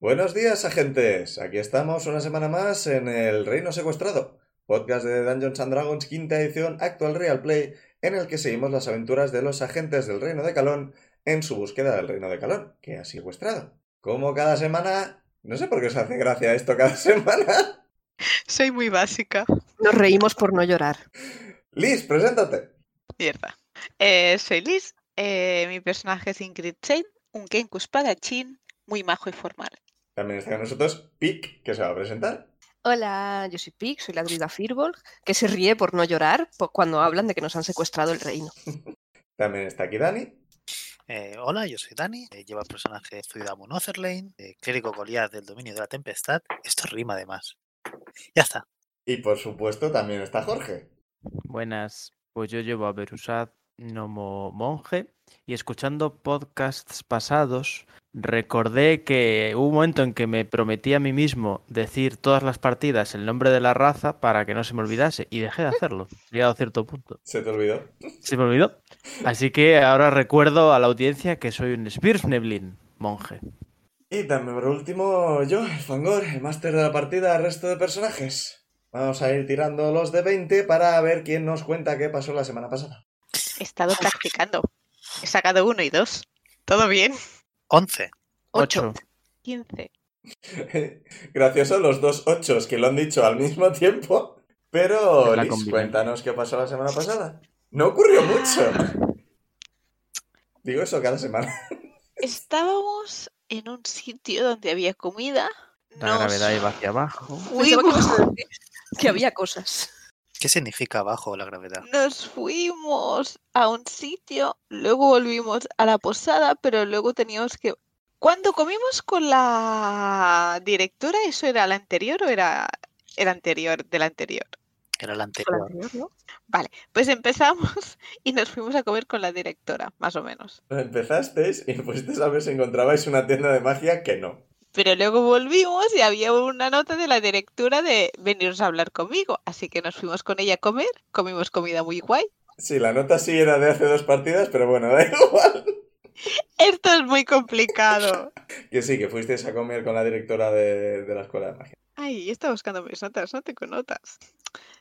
Buenos días, agentes. Aquí estamos una semana más en El Reino Secuestrado, podcast de Dungeons and Dragons quinta edición Actual Real Play, en el que seguimos las aventuras de los agentes del Reino de Calón en su búsqueda del Reino de Calón, que ha secuestrado. Como cada semana, no sé por qué os hace gracia esto cada semana. Soy muy básica. Nos reímos por no llorar. Liz, preséntate. Mierda. Eh, soy Liz. eh, mi personaje es Ingrid Chain, un Kenku espadachín muy majo y formal. También está con nosotros Pic, que se va a presentar. Hola, yo soy Pig, soy la druida Firbolg, que se ríe por no llorar po- cuando hablan de que nos han secuestrado el reino. También está aquí Dani. Eh, hola, yo soy Dani, eh, lleva el personaje Zuidamun Otherlane, eh, clérigo Goliath del dominio de la tempestad. Esto rima además. Ya está. Y por supuesto también está Jorge. Buenas, pues yo llevo a Berusad Nomo Monje y escuchando podcasts pasados recordé que hubo un momento en que me prometí a mí mismo decir todas las partidas el nombre de la raza para que no se me olvidase y dejé de hacerlo, llegado a cierto punto. Se te olvidó. Se me olvidó. Así que ahora recuerdo a la audiencia que soy un Svirfneblin monje. Y también por último, yo, el Fangor, el máster de la partida, el resto de personajes. Vamos a ir tirando los de 20 para ver quién nos cuenta qué pasó la semana pasada. He estado practicando. He sacado uno y dos. Todo bien. 11. Ocho. 15. Gracioso los dos ochos que lo han dicho al mismo tiempo. Pero, Es la Liz, combinación. cuéntanos qué pasó la semana pasada. No ocurrió mucho. Digo eso cada semana. Estábamos en un sitio donde había comida. La Nos gravedad iba hacia abajo. Pensaba que, ibas fuimos, a decir que había cosas. ¿Qué significa abajo la gravedad? nos fuimos a un sitio, luego volvimos a la posada, pero luego teníamos que... Cuando comimos con la directora, ¿eso era la anterior o era el anterior del anterior? Era la Con la anterior. anterior, ¿no? Vale, pues empezamos y nos fuimos a comer con la directora, más o menos. Empezasteis y fuisteis a ver si encontrabais una tienda de magia que no. Pero luego volvimos y había una nota de la directora de veniros a hablar conmigo, así que nos fuimos con ella a comer, comimos comida muy guay. Sí, la nota sí era de hace dos partidas, pero bueno, da igual. Esto es muy complicado. Que sí, que fuisteis a comer con la directora de, de la escuela de magia. Ay, está buscando mis notas, no tengo notas.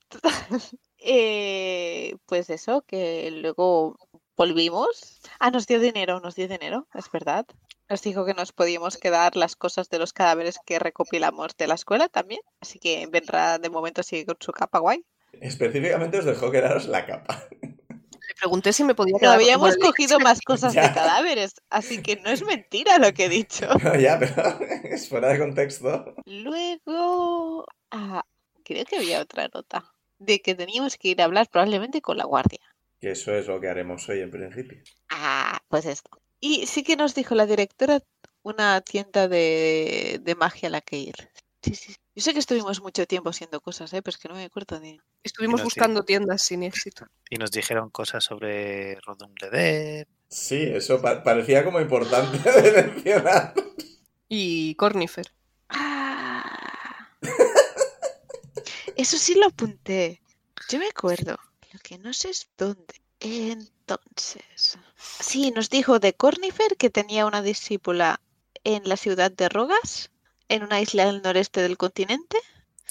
Total, eh, pues eso, que luego volvimos. Ah, nos dio dinero, nos dio dinero, es verdad. Nos dijo que nos podíamos quedar las cosas de los cadáveres que recopilamos de la escuela también. Así que vendrá de momento sigue con su capa guay. Específicamente os dejó quedaros la capa. Le pregunté si me podía No quedar. habíamos bueno, cogido más cosas de Ya. cadáveres, así que no es mentira lo que he dicho. No, ya, pero es fuera de contexto. Luego, ah, creo que había otra nota de que teníamos que ir a hablar probablemente con la guardia. Que eso es lo que haremos hoy en principio. Ah, pues esto. Y sí que nos dijo la directora una tienda de, de magia a la que ir. Sí, sí. sí. Yo sé que estuvimos mucho tiempo haciendo cosas, ¿eh? pero es que no me acuerdo ni. Estuvimos No, sí. buscando tiendas sin éxito. Y nos dijeron cosas sobre Rodum Leder, Sí, eso pa- parecía como importante de mencionar. Y Cornifer. Ah. Eso sí lo apunté. Yo me acuerdo. Lo que no sé es dónde. Entonces. Sí, nos dijo de Cornifer que tenía una discípula en la ciudad de Rogas, en una isla del noreste del continente.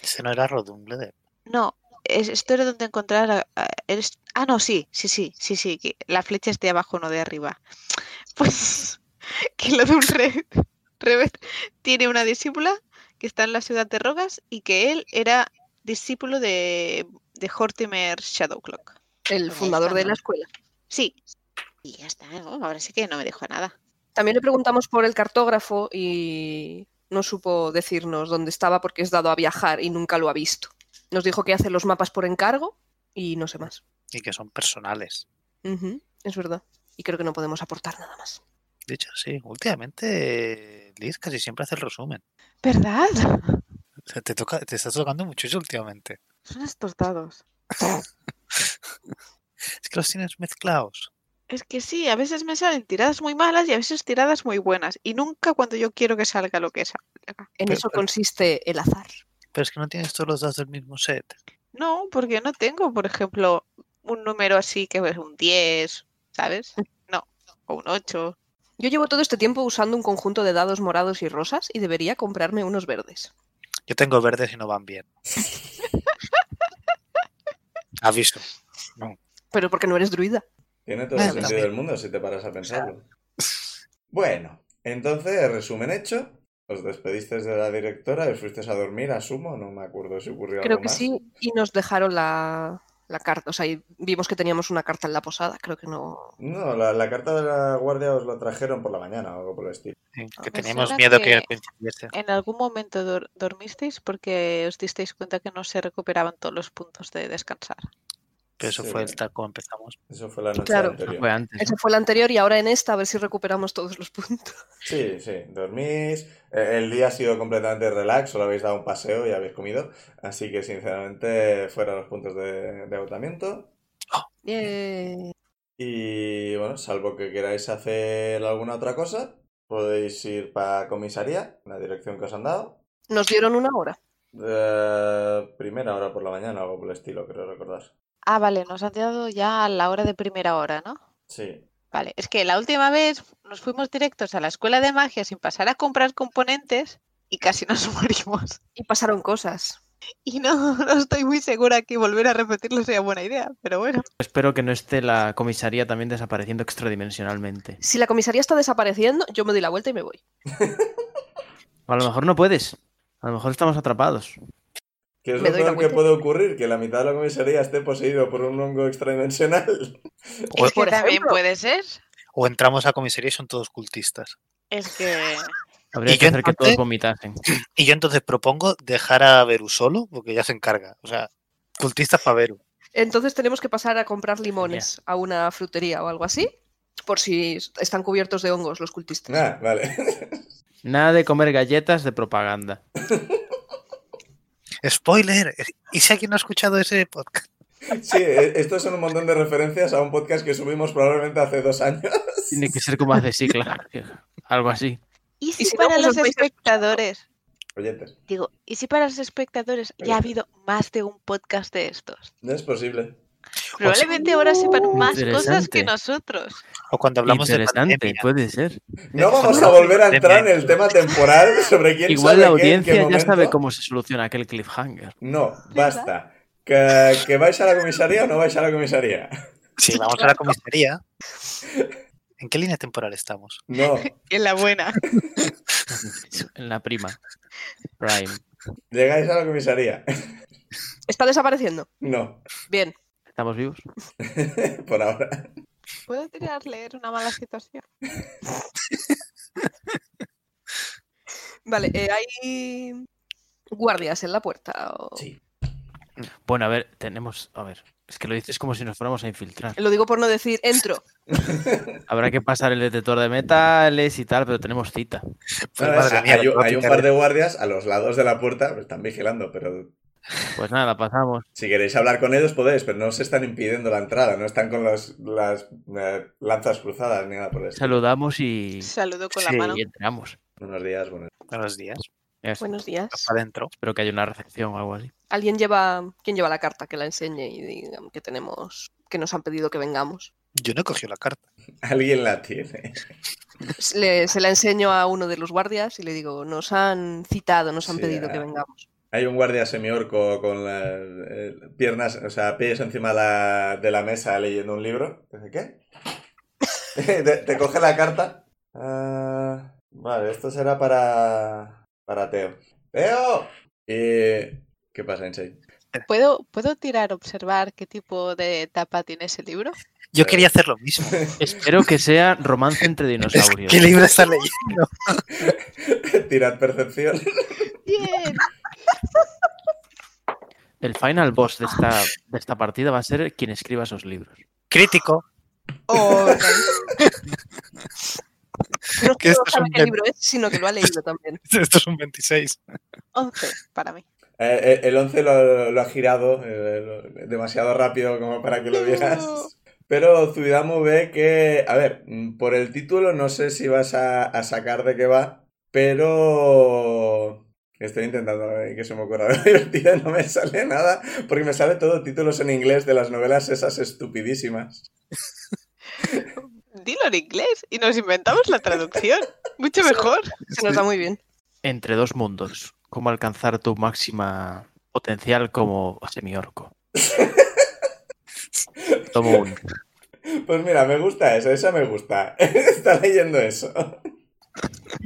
Ese no era Rodum Leder. No, es, esto era donde encontrar a- a- eres- Ah, no, sí, sí, sí, sí, sí, que la flecha es de abajo, no de arriba. Pues que lo de un re- revés tiene una discípula que está en la ciudad de Rogas y que él era discípulo de, de Hortimer Shadowclock. Ahí El fundador de está. la escuela. Sí. Y ya está, ¿no? ahora sí que no me dijo nada. También le preguntamos por el cartógrafo y no supo decirnos dónde estaba porque es dado a viajar y nunca lo ha visto. Nos dijo que hace los mapas por encargo y no sé más. Y que son personales. Ujú, es verdad. y creo que no podemos aportar nada más. Dicho sí, últimamente eh, Liz casi siempre hace el resumen. ¿Verdad? Te, toca, te estás tocando mucho eso últimamente. Son estos dados. Es que los tienes mezclados. Es que sí, a veces me salen tiradas muy malas y a veces tiradas muy buenas. Y nunca cuando yo quiero que salga lo que salga. En Pero- eso pero- consiste el azar. Pero es que no tienes todos los dados del mismo set. No, porque no tengo, por ejemplo, un número así que es un 10, ¿sabes? No, o un 8. Yo llevo todo este tiempo usando un conjunto de dados morados y rosas y debería comprarme unos verdes. Yo tengo verdes y no van bien. Aviso. Pero porque no eres druida. Tiene todo Bueno, el sentido también. del mundo si te paras a pensarlo. Bueno, entonces, resumen hecho. Os despedisteis de la directora y os fuisteis a dormir, asumo. No me acuerdo si ocurrió Creo algo que más. sí, y nos dejaron la, la carta. O sea, y vimos que teníamos una carta en la posada. Creo que no. No, la, la carta de la guardia os la trajeron por la mañana o algo por el estilo. Sí, Me eh, que teníamos suena miedo que que- coincidiese. ¿En algún momento dor- dormisteis porque os disteis cuenta que no se recuperaban todos los puntos de descansar? Pero eso Sí, fue bueno. el tal como empezamos. Eso fue la noche Claro. Eso anterior. fue antes. Esa fue la anterior y ahora en esta, a ver si recuperamos todos los puntos. Sí, sí, dormís. eh, El día ha sido completamente relax, solo habéis dado un paseo y habéis comido. Así que, sinceramente, fuera los puntos de, de agotamiento. Yay. Y bueno, salvo que queráis hacer alguna otra cosa, podéis ir para comisaría, la dirección que os han dado. Nos dieron una hora. Eh, primera hora por la mañana, algo por el estilo, creo recordar. Ah, vale, nos han dado ya a la hora de primera hora, ¿no? Sí. Vale, es que la última vez nos fuimos directos a la escuela de magia sin pasar a comprar componentes y casi nos morimos. Y pasaron cosas. Y no, no estoy muy segura que volver a repetirlo sea buena idea, pero bueno. Espero que no esté la comisaría también desapareciendo extradimensionalmente. Si la comisaría está desapareciendo, yo me doy la vuelta y me voy. O a lo mejor no puedes. A lo mejor estamos atrapados. ¿Qué es Me lo doy la peor que vuelta. puede ocurrir? Que la mitad de la comisaría esté poseído por un hongo extradimensional. O, Es que Por también ejemplo. puede ser. o entramos a comisaría y son todos cultistas. Es que Habría Y que yo hacer que entonces- todos vomitasen. Y yo entonces propongo dejar a Beru solo porque ya se encarga. O sea, cultistas para Beru. Entonces tenemos que pasar a comprar limones a una frutería o algo así, por si están cubiertos de hongos los cultistas. Ah, vale. Nada de comer galletas de propaganda. Spoiler. eh, ¿Y si alguien no ha escuchado ese podcast? Sí, e- estos son un montón de referencias a un podcast que subimos probablemente hace dos años. Tiene que ser como hace sí, claro. Algo así. ¿Y si si no, para pues los os vais a- espectadores? Oyentes, Digo, ¿y si para los espectadores ya ha habido más de un podcast de estos? no es posible. Probablemente ahora sepan más cosas Interesante. que nosotros. O cuando hablamos de Interesante, pandemia. puede ser. No Eso vamos no a lo volver a hace entrar en bien. el tema temporal sobre quién Igual sabe la qué, en qué audiencia ya sabe momento. cómo se soluciona aquel cliffhanger. No, basta. Que, que vais a la comisaría o no vais a la comisaría. Si vamos a la comisaría. ¿En qué línea temporal estamos? No, En la buena. En la prima. Prime. llegáis a la comisaría. Está desapareciendo. No, Bien. ¿Estamos vivos? por ahora. ¿Puedo tirar leer una mala situación? Vale, eh, hay guardias en la puerta. o- Sí. Bueno, a ver, tenemos. A ver, es que lo dices como si nos fuéramos a infiltrar. Lo digo por no decir entro. Habrá que pasar el detector de metales y tal, pero tenemos cita. Pues, madre mía, hay, lo que va a hay un picar par de guardias a los lados de la puerta, me están vigilando, pero Pues nada, pasamos. si queréis hablar con ellos podéis, pero no os están impidiendo la entrada, no están con los- las eh, lanzas cruzadas ni nada por eso. Saludamos y, Saludo con Sí. la mano. y entramos. Buenos días, buenos Buenos días. Ya está. Buenos días. Para adentro. Espero que haya una recepción o algo así. ¿Alguien lleva, ¿Quién lleva la carta que la enseñe y digan que tenemos, que nos han pedido que vengamos? Yo no he cogido la carta. Alguien la tiene. Se le- se la enseño a uno de los guardias y le digo, nos han citado, nos han Sí, pedido que ah. vengamos. Hay un guardia semiorco con las eh, piernas, o sea, pies encima la- de la mesa leyendo un libro. Dice, ¿Qué? te, te coge la carta. Ah, vale, esto será para, para Teo. ¡Teo! Eh, ¿Qué pasa, Insei? ¿Puedo, ¿Puedo tirar, observar qué tipo de tapa tiene ese libro? Yo Eh. quería hacer lo mismo. Espero que sea romance entre Es- dinosaurios. ¿Qué libro está leyendo? Tirad percepción. ¡Bien! El final boss de esta, de esta partida va a ser quien escriba esos libros. Crítico. O no Que solo esto es sabe un qué ven- libro es, sino que lo ha leído también. Esto es un 26. 11 para mí. Eh, eh, el 11 lo, lo ha girado eh, lo- demasiado rápido como para que lo No. vieras. Pero Zuidamu ve que, a ver, mm, por el título no sé si vas a, a sacar de qué va, pero estoy intentando eh, que se me ocurra algo divertido, no me sale nada, porque me sale todo títulos en inglés de las novelas esas estupidísimas. Dilo en inglés y nos inventamos la traducción. Mucho mejor. Se nos da muy bien. Entre dos mundos. Cómo alcanzar tu máxima potencial como semiorco. Tomo uno. Pues mira, me gusta eso, esa me gusta. Está leyendo eso.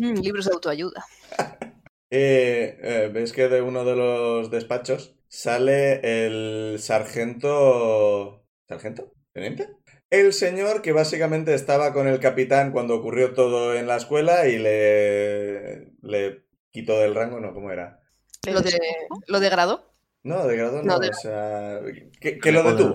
Mm, libros de autoayuda. Eh, eh, veis que de uno de los despachos sale el sargento. ¿Sargento? ¿Teniente? El señor que básicamente estaba con el capitán cuando ocurrió todo en la escuela y le, le quitó del rango, ¿no? ¿Cómo era? Lo de, lo de grado. No, de grado no, No, de- o sea, que, que lo detuvo,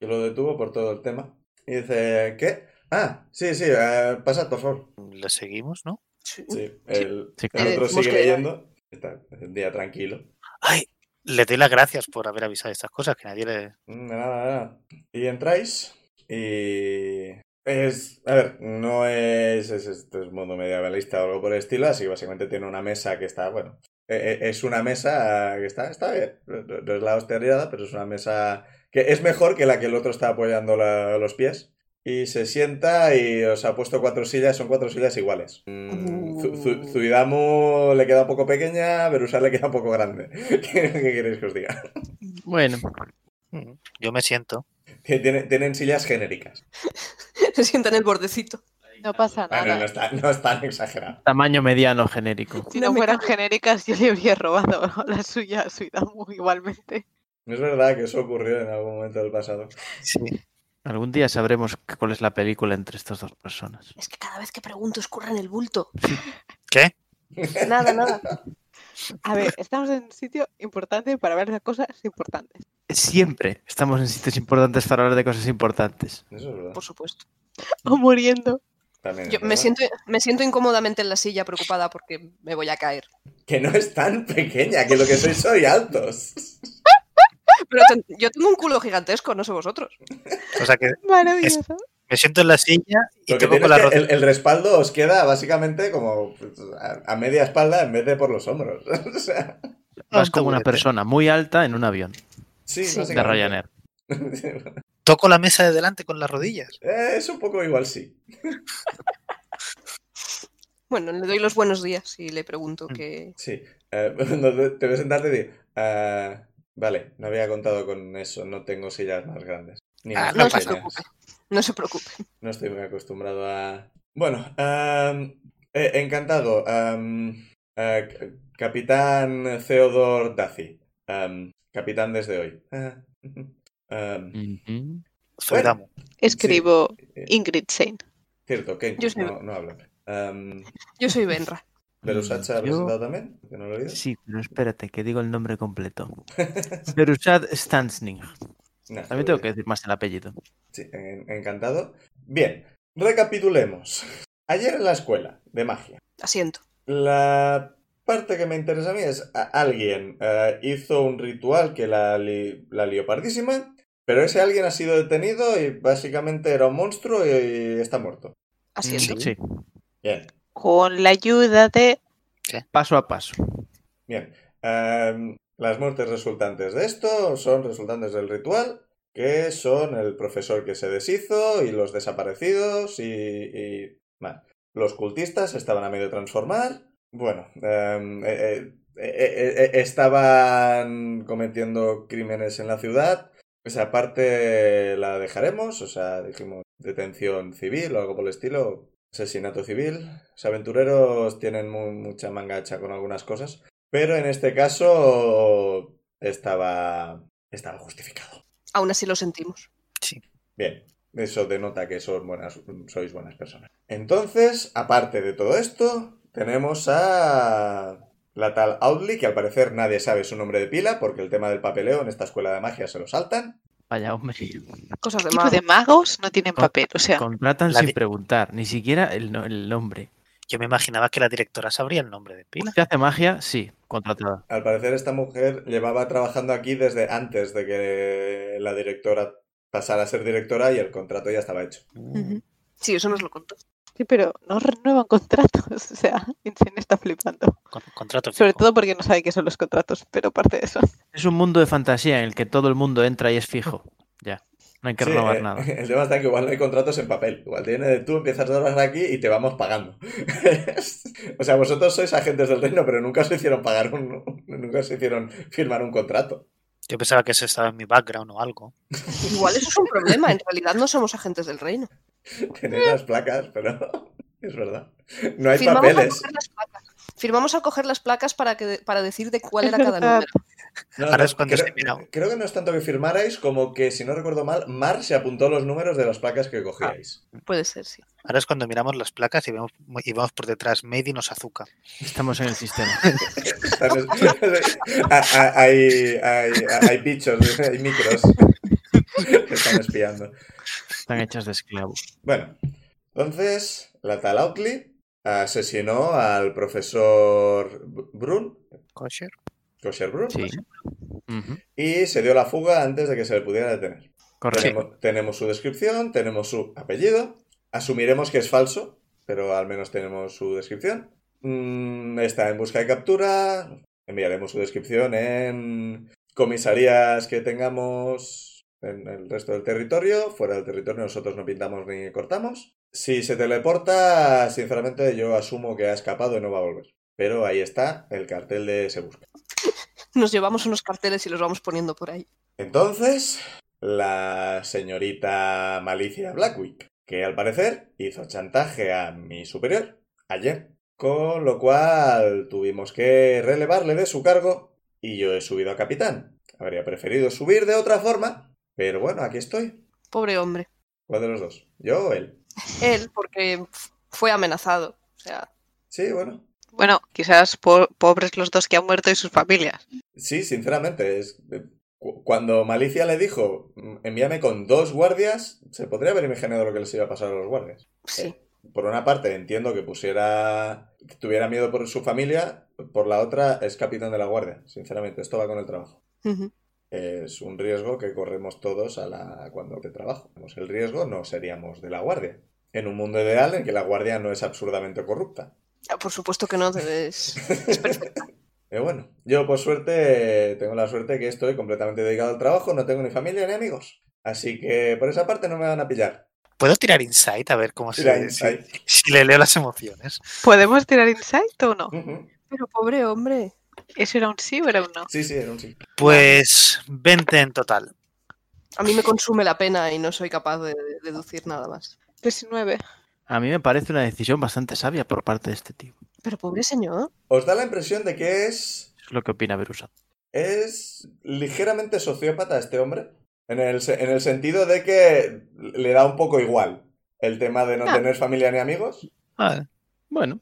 que lo detuvo por todo el tema. Y dice, ¿qué? Ah, sí, sí, eh, pasad, por favor. Le seguimos, ¿no? Sí, el, Sí, el claro. otro Hemos sigue quedado. leyendo. Está, es un día tranquilo. ¡Ay! Le doy las gracias por haber avisado de estas cosas, que nadie le... Mm, De nada, de nada. Y entráis y... Es, a ver, no es, es, esto es mundo medievalista o algo por el estilo, así que básicamente tiene una mesa que está, bueno, e- e- es una mesa que está, está bien, no, no- no es la austeridad, pero es una mesa que es mejor que la que el otro está apoyando la- los pies. Y se sienta y os ha puesto cuatro sillas, son cuatro sillas iguales. Mm, Zu- Zu- Uh. Zuidamu le queda un poco pequeña, Berusa le queda un poco grande. ¿Qué, qué queréis que os diga? Bueno, Mm, Yo me siento. Tienen, tienen sillas genéricas. Se sienta en el bordecito. No pasa Bueno, Ah, no nada. es tan, no es tan exagerado. tamaño mediano genérico. Si no me fueran cago. genéricas, yo le habría robado la suya a Suidamu igualmente. Es verdad que eso ocurrió en algún momento del pasado. Algún día sabremos cu- cuál es la película entre estas dos personas. Es que cada vez que pregunto escurren el bulto. ¿Qué? Nada, nada. A ver, estamos en un sitio importante para hablar de cosas importantes. Siempre estamos en sitios importantes para hablar de cosas importantes. Eso es verdad. Por supuesto. O muriendo. También es Yo me verdad. siento, me siento incómodamente en la silla preocupada porque me voy a caer. Que no es tan pequeña, que lo que soy soy altos. Pero ten- yo tengo un culo gigantesco, no sé vosotros. O sea que Maravilloso. me siento en la silla y Lo que tengo tiene con la es que rodilla. el, el respaldo os queda básicamente como pues, a, a media espalda en vez de por los hombros. O sea, Vas como una taburete. persona muy alta en un avión sí, Sí. de básicamente. Ryanair. Toco la mesa de delante con las rodillas. Eh, es un poco igual, sí. Bueno, le doy los buenos días y le pregunto Mm. que... Sí. Eh, cuando te- te ves sentarte y dices, "Ah, vale, no había contado con eso, no tengo sillas más grandes. Ni Ah, más no No se pasa pequeñas". preocupe. No se preocupe. No estoy muy acostumbrado a... Bueno, am, eh, encantado. am, eh, c- capitán Theodor Daci. am, capitán desde hoy. Ah, ujú. Am, Mm. Ujú. Soy Bueno. Damu. Escribo eh, Ingrid Sein. cierto, Ken, Yo soy- no, no habla. Am, Yo soy Benra. ¿Verusat se ha Mm, Yo- presentado también? ¿Que no lo he oído? Sí, pero espérate, que digo el nombre completo. Berusad Stansning. No, También seguro tengo que decir más el apellido. eh, Sí, en- encantado. Bien, recapitulemos. Ayer en la escuela de magia. Asiento. La parte que me interesa a mí es a- alguien eh, hizo un ritual que la, li- la lió pardísima, pero ese alguien ha sido detenido y básicamente era un monstruo y, está muerto. Asiento. Sí, Bien, Con la ayuda de. paso a paso. bien. Em, las muertes resultantes de esto son resultantes del ritual, que son el profesor que se deshizo y los desaparecidos y, y más. Los cultistas estaban a medio transformar. Bueno, em, eh, eh, eh, eh, estaban cometiendo crímenes en la ciudad. Esa parte la dejaremos, o sea, dijimos detención civil o algo por el estilo, asesinato civil. Los aventureros tienen mu- mucha mangacha con algunas cosas, pero en este caso estaba, estaba justificado. Aún así lo sentimos. Bien, eso denota que sois buenas, sois buenas personas. Entonces, aparte de todo esto, tenemos a la tal Audley, que al parecer nadie sabe su nombre de pila, porque el tema del papeleo en esta escuela de magia se lo saltan. Vaya, hombre. Cosas de Tipo mago. de magos no tienen Con- papel, o sea, Contratan La sin di- preguntar, ni siquiera el, no- el nombre. Yo me imaginaba que la directora sabría el nombre de Pila. ¿Usted hace magia? Sí, contratada. Al parecer esta mujer llevaba trabajando aquí desde antes de que la directora pasara a ser directora y el contrato ya estaba hecho. Ujú. Sí, eso nos lo contó. sí, pero no renuevan contratos, o sea, Insane está flipando. Con- contrato Sobre fijo. todo porque no sabe qué son los contratos, pero aparte de eso. Es un mundo de fantasía en el que todo el mundo entra y es fijo. Ya. No hay que Sí, renovar eh, nada. El tema está que igual no hay contratos en papel. Igual tiene de tú empiezas a trabajar aquí y te vamos pagando. o sea, vosotros sois agentes del reino, pero nunca se hicieron pagar un, nunca se hicieron firmar un contrato. Yo pensaba que eso estaba en mi background o algo. Igual eso es un problema. En realidad no somos agentes del reino. Tenéis las placas, pero es verdad. No hay Firmamos al, papeles. coger las placas. Firmamos al coger las placas para, que, para decir de cuál Es era cada verdad. número. No, Ahora no, es cuando creo, estoy mirado. creo que no es tanto que firmarais como que, si no recuerdo mal, Mar se apuntó los números de las placas que cogíais. Puede ser, sí. Ahora es cuando miramos las placas y vemos y vamos por detrás Made in Azuka. Estamos en el sistema. ¿Sabes? Ah, ah, hay, hay, hay bichos, hay micros que están espiando. Están hechas de esclavos. Bueno, entonces la Talautli asesinó al profesor Brun, Kosher. Kosher Brun, Sí. Ujú, y se dio la fuga antes de que se le pudiera detener. Correcto. Tenemos, tenemos su descripción, tenemos su apellido. Asumiremos que es falso, pero al menos tenemos su descripción. Mm, está en busca de captura. Enviaremos su descripción en comisarías que tengamos en el resto del territorio. Fuera del territorio nosotros no pintamos ni cortamos. Si se teleporta, sinceramente yo asumo que ha escapado y no va a volver. Pero ahí está el cartel de Se Busca. Nos llevamos unos carteles y los vamos poniendo por ahí. Entonces, la señorita Malicia Blackwick, que al parecer hizo chantaje a mi superior ayer, con lo cual tuvimos que relevarle de su cargo y yo he subido a capitán. Habría preferido subir de otra forma, pero bueno, aquí estoy. Pobre hombre. ¿Cuál de los dos? ¿Yo o él? Él, porque f- fue amenazado. O sea, Sí, bueno. Bueno, quizás po- pobres los dos que han muerto y sus familias. Sí, sinceramente, es... eh, cu- Cuando Malicia le dijo, "Mm, envíame con dos guardias, se podría haber imaginado lo que les iba a pasar a los guardias. sí. por una parte entiendo que pusiera que tuviera miedo por su familia, por la otra es capitán de la guardia, sinceramente, esto va con el trabajo. Ujú. Es un riesgo que corremos todos a la cuando te trabajo. Pues El riesgo no seríamos de la guardia. En un mundo ideal en que la guardia no es absurdamente corrupta. Ah, Por supuesto que no debes. Pero bueno, yo por suerte tengo la suerte que estoy completamente dedicado al trabajo, no tengo ni familia ni amigos. Así que por esa parte no me van a pillar. ¿Puedo tirar insight a ver cómo se Tira si- insight. Si, le leo las emociones? ¿Podemos tirar insight o no? Ujú. Pero pobre hombre. ¿Eso era un sí o era un no? Sí, sí, era un sí. Pues 20 en total. A mí me consume la pena y no soy capaz de deducir nada más. 19. A mí me parece una decisión bastante sabia por parte de este tipo. Pero pobre señor. Os da la impresión de que es Eso es lo que opina Berusat. Es ligeramente sociópata este hombre. En el, se- en el sentido de que le da un poco igual el tema de no Ah. tener familia ni amigos. O Ah, bueno.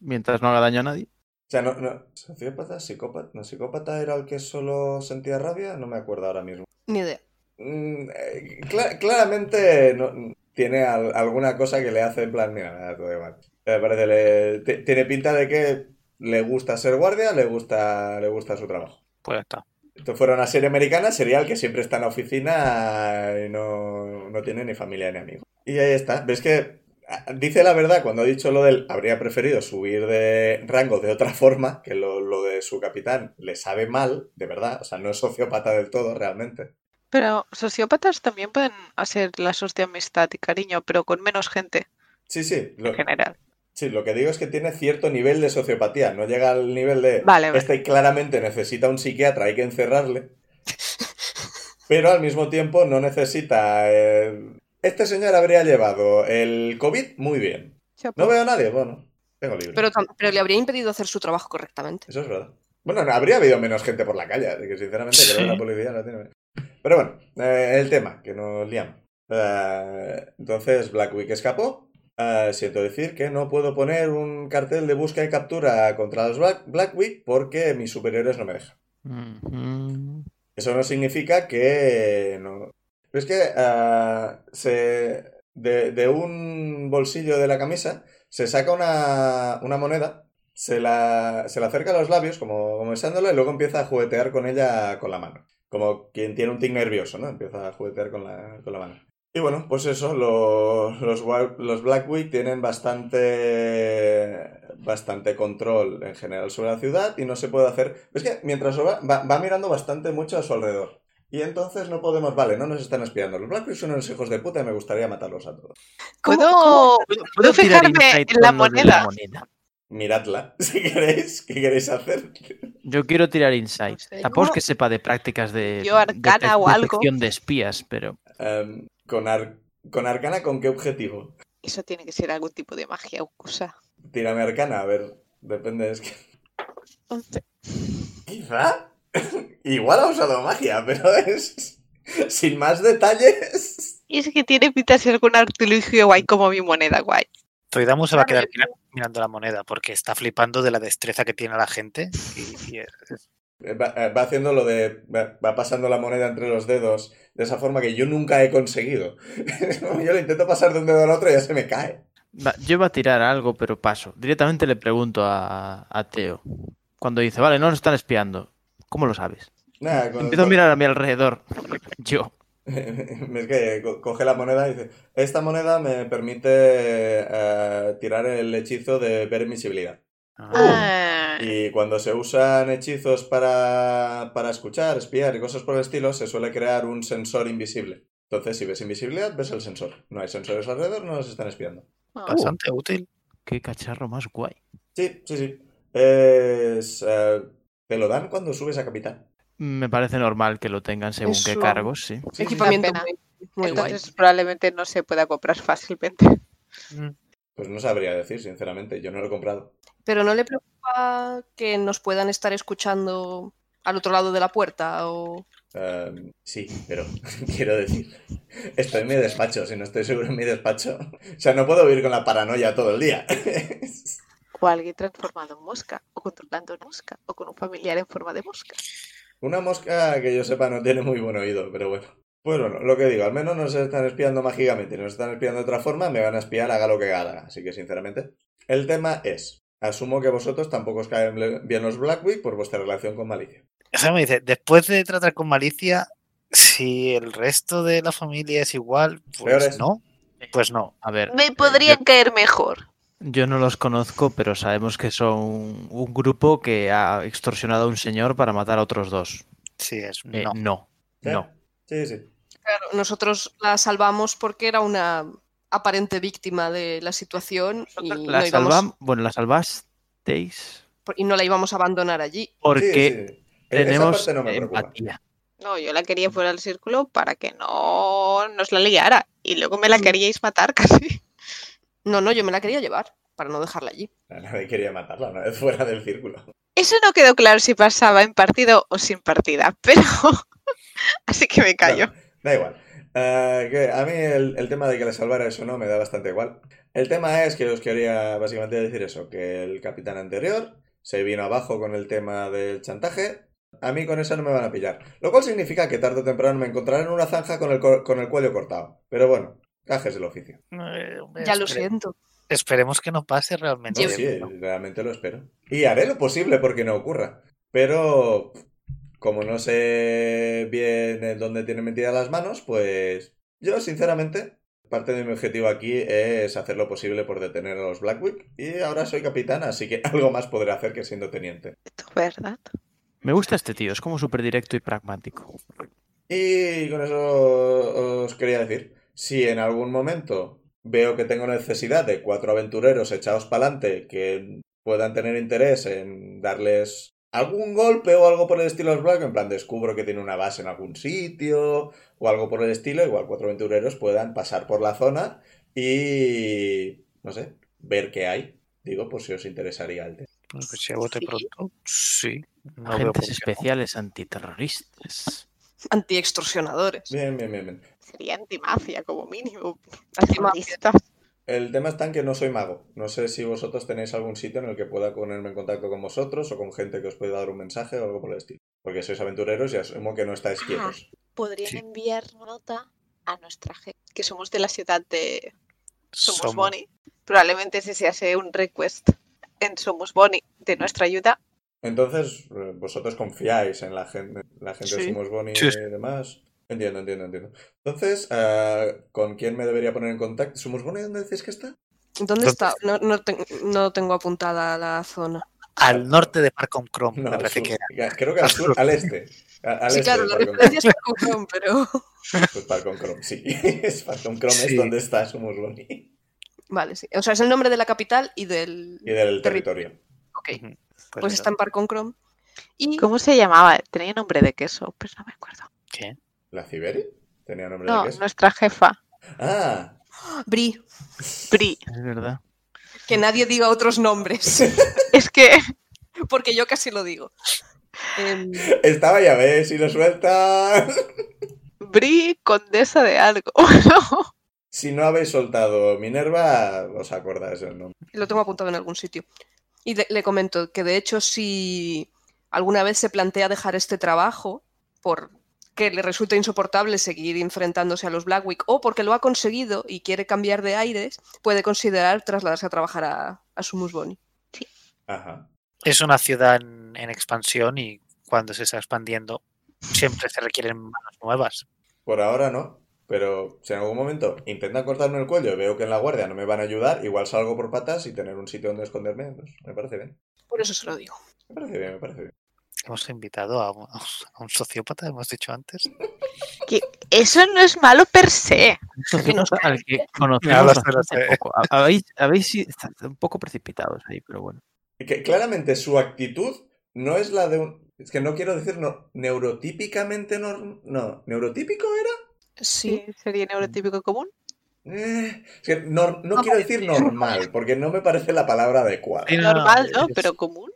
Mientras no haga daño a nadie. sea, no, no. ¿Sociópata? ¿Psicópata? ¿No psicópata era el que solo sentía rabia? No me acuerdo ahora mismo. Ni idea. Mm, eh, cla- claramente no- tiene al- alguna cosa que le hace en plan, mira, me da todo igual. Me parece, le- ti- tiene pinta de que le gusta ser guardia, le gusta, le gusta su trabajo. Pues ya está. esto fuera una serie americana, sería el que siempre está en la oficina y no, no tiene ni familia ni amigos. Y ahí está. ¿Ves que ah, dice la verdad cuando ha dicho lo del habría preferido subir de rango de otra forma, que lo, lo de su capitán le sabe mal, de verdad. O sea, no es sociópata del todo realmente. Pero sociópatas también pueden hacer lazos de amistad y cariño, pero con menos gente Sí, sí. Lo, en general. sí, lo que digo es que tiene cierto nivel de sociopatía. No llega al nivel de Vale, vale. este claramente necesita un psiquiatra, hay que encerrarle. Pero al mismo tiempo no necesita. eh, Este señor habría llevado el COVID muy bien. No veo a nadie, bueno, tengo libre. Pero, tam- pero le habría impedido hacer su trabajo correctamente. Eso es verdad. Bueno, no, habría habido menos gente por la calle, así que sinceramente creo que Sí. la policía no tiene. Pero bueno, eh, el tema, que nos liamos. Eh, entonces, Blackwick escapó. Eh, siento decir que no puedo poner un cartel de búsqueda y captura contra los Black- Blackwick porque mis superiores no me dejan. Ujú. Eso no significa que... No... Pero es que ah, se... de, de un bolsillo de la camisa se saca una, una moneda, se la, se la acerca a los labios, como, como besándola, y luego empieza a juguetear con ella con la mano. Como quien tiene un tic nervioso, ¿no? Empieza a juguetear con la, con la mano. Y bueno, pues eso, lo- los, wa- los Blackwick tienen bastante, bastante control en general sobre la ciudad y no se puede hacer... Es que mientras va, va, va mirando bastante mucho a su alrededor. Y entonces no podemos... Vale, no nos están espiando. Los Blackwick son unos hijos de puta y me gustaría matarlos a todos. ¿Puedo, ¿Puedo, puedo tirar fijarme insight en la con lo de moneda? moneda? Miradla, si queréis. ¿Qué queréis hacer? Yo quiero tirar insight. No sé, Tampoco es yo- que sepa de prácticas de, yo arcana de- o algo. detección de espías, pero Em, con, ar- ¿Con Arcana con qué objetivo? Eso tiene que ser algún tipo de magia o cosa. Tírame Arcana, a ver. Depende, es que... Once. Quizá. Igual ha usado magia, pero es. Sin más detalles. Y es que tiene pinta de ser algún artilugio guay como mi moneda guay. Zoidamu se va a Claro, quedar mira- mirando la moneda porque está flipando de la destreza que tiene la gente. Y, y, eh, Eh, Va, eh, va haciendo lo de. Va, va pasando la moneda entre los dedos de esa forma que yo nunca he conseguido. yo lo intento pasar de un dedo al otro y ya se me cae. Va, yo iba a tirar algo, pero paso. Directamente le pregunto a, a Teo. Cuando dice, vale, no nos están espiando. ¿Cómo lo sabes? Nada, con- Empiezo a con- mirar a mi alrededor. Yo. es que co- coge la moneda y dice: Esta moneda me permite eh, tirar el hechizo de ver invisibilidad. Ah, Ah, Y cuando se usan hechizos para, para escuchar, espiar y cosas por el estilo, se suele crear un sensor invisible. Entonces, si ves invisibilidad, ves el sensor. No hay sensores alrededor, no nos están espiando. ah. uh, bastante útil. qué cacharro más guay. Sí, sí, sí. Es, eh, ¿Te lo dan cuando subes a capital? Me parece normal que lo tengan según Es qué lo- cargos, sí. Sí, sí, sí. Equipamiento pena. muy, muy guay. Entonces probablemente no se pueda comprar fácilmente. Mm. Pues no sabría decir, sinceramente. Yo no lo he comprado. Pero no le preocupa que nos puedan estar escuchando al otro lado de la puerta o Eh, sí, pero quiero decir, estoy en mi despacho. Si no estoy seguro en mi despacho, o sea, no puedo vivir con la paranoia todo el día. O alguien transformado en mosca, o controlando una mosca, o con un familiar en forma de mosca. Una mosca que yo sepa no tiene muy buen oído, pero bueno. Pues bueno, lo que digo, al menos nos están espiando mágicamente, nos están espiando de otra forma, me van a espiar, haga lo que haga, así que sinceramente. El tema es, asumo que vosotros tampoco os caen ble- bien los Blackwick por vuestra relación con Malicia. O sea, me dice, después de tratar con malicia, si el resto de la familia es igual, Peores. pues no. Pues no. A ver, Me eh, podrían yo, caer mejor. yo no los conozco, pero sabemos que son un, grupo que ha extorsionado a un señor para matar a otros dos. Sí, es Eh, no. no. ¿Eh? no. Sí, sí. Claro, nosotros la salvamos porque era una aparente víctima de la situación y no, La íbamos- salvam- bueno, la salvasteis y no la íbamos a abandonar allí. porque Sí, sí. E- esa tenemos parte no me preocupa. empatía. No, yo la quería fuera del círculo para que no nos la liara. Y luego me la queríais matar casi. No, no, yo me la quería llevar para no dejarla allí. Nadie quería matarla una vez fuera del círculo. Eso no quedó claro si pasaba en partido o sin partida, pero... Así que me callo. Bueno, da igual. Eh, que a mí el, el tema de que la salvara eso no me da bastante igual. El tema es que os quería básicamente decir eso, que el capitán anterior se vino abajo con el tema del chantaje. A mí con eso no me van a pillar. Lo cual significa que tarde o temprano me encontrarán en una zanja con el, co- con el cuello cortado. Pero bueno, cajes del oficio. Eh, hombre, Ya lo espere- siento. Esperemos que no pase realmente. No, Yo- sí, eh. realmente lo espero. Y haré lo posible porque no ocurra. Pero como no sé bien en dónde tienen metidas las manos, pues yo sinceramente, parte de mi objetivo aquí es hacer lo posible por detener a los Blackwick. Y ahora soy capitán, así que algo más podré hacer que siendo teniente. Esto es ¿Verdad? Me gusta este tío, es como súper directo y pragmático. Y con eso os quería decir, si en algún momento veo que tengo necesidad de cuatro aventureros echados para adelante que puedan tener interés en darles algún golpe o algo por el estilo a los Black, en plan descubro que tiene una base en algún sitio o algo por el estilo, igual cuatro aventureros puedan pasar por la zona y, no sé, ver qué hay. Digo, por si os interesaría el tema. Pues si a bote Sí. pronto, sí. No veo por Agentes qué no. especiales antiterroristas. Antiextorsionadores. Bien, bien, bien, bien. Sería antimafia como mínimo. Antimafia. Terroristas. El tema está en que no soy mago. No sé si vosotros tenéis algún sitio en el que pueda ponerme en contacto con vosotros o con gente que os pueda dar un mensaje o algo por el estilo. Porque sois aventureros y asumo que no estáis Ah. quietos. Podrían Sí. enviar nota a nuestra gente, que somos de la ciudad de Somos, Somos- Bonnie. Probablemente si se hace un request en Somos Bonnie de nuestra ayuda, Entonces, eh, vosotros confiáis en la gente, la gente de Sí. Somos Bonnie Sí. y demás. Entiendo, entiendo, entiendo. Entonces, ah, ¿con quién me debería poner en contacto? ¿Somos Bonnie dónde decís que está? ¿Dónde está? No, no ten- no tengo apuntada la zona. Al norte de Parcom Chrome, No, me al parece sur. que era. Ya, Creo que al sur, al este. A- Al sí, este claro, de la Falcon referencia es Falcon, pero. Chrome. Pues Falcon Chrome, sí. Es Falcon Chrome es Sí. donde está Somos Bonnie. Vale, sí. O sea, es el nombre de la capital y del. Y del Territorio. territorio. Ok, Ujú. pues está en Parcon Chrome. Y ¿Cómo se llamaba? Tenía nombre de queso, pero no me acuerdo. ¿Qué? ¿La Ciberi? Tenía nombre No, de queso. nuestra jefa, Ah, Bri. Bri. Es verdad. Que nadie diga otros nombres, Es que porque yo casi lo digo. Em, estaba ya, ¿ves? Si lo sueltas. Bri, condesa de algo. No. Si no habéis soltado Minerva, os acordáis del nombre. lo tengo apuntado en algún sitio. Y le, le comento que de hecho si alguna vez se plantea dejar este trabajo por que le resulta insoportable seguir enfrentándose a los Blackwick o porque lo ha conseguido y quiere cambiar de aires, puede considerar trasladarse a trabajar a, a Sumus Boni. Ajá. Es una ciudad en, en expansión y cuando se está expandiendo siempre se requieren manos nuevas. Por ahora no. Pero si en algún momento intentan cortarme el cuello y veo que en la guardia no me van a ayudar, igual salgo por patas y tener un sitio donde esconderme, pues me parece bien. Por eso se lo digo. Me parece bien, me parece bien. Hemos invitado a, un- a un sociópata, hemos dicho antes. Eso no es malo per se. al que este- hablas conocemos de los bastante de- poco. Ha- Habéis, habéis sido está- un poco precipitados ahí, pero bueno. Que claramente su actitud no es la de un... Es que no quiero decir no, neurotípicamente norm- No, neurotípico era... Sí. sería neurotípico común. Eh, es que nor- no No quiero decir normal, porque no me parece la palabra adecuada. Sí, no, no, Normal, ¿no? es- Pero común.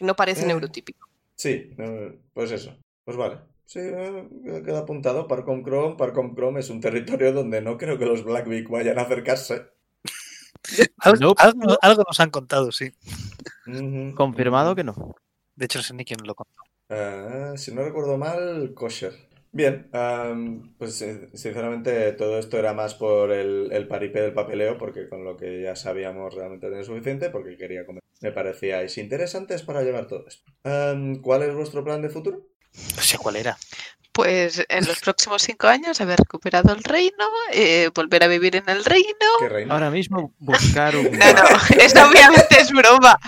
No parece Eh. neurotípico. Sí, no, pues eso. Pues vale. Sí, eh, queda apuntado. Parcom Chrome. Parcom Chrome es un territorio donde no creo que los Blackbeak vayan a acercarse. Al- Nope. algo, algo nos han contado, sí. Ujú. Confirmado que no. De hecho, no sé ni quién lo contó. Ah, si no recuerdo mal, kosher. Bien, am, pues eh, sinceramente todo esto era más por el, el paripé del papeleo, porque con lo que ya sabíamos realmente tenía suficiente, porque quería comer. Me parecíais interesantes para llevar todo esto. Am, ¿cuál es vuestro plan de futuro? No sé cuál era. Pues en los próximos cinco años haber recuperado el reino, eh, volver a vivir en el reino. ¿Qué reino? Ahora mismo buscar un, No, no, esto obviamente es broma.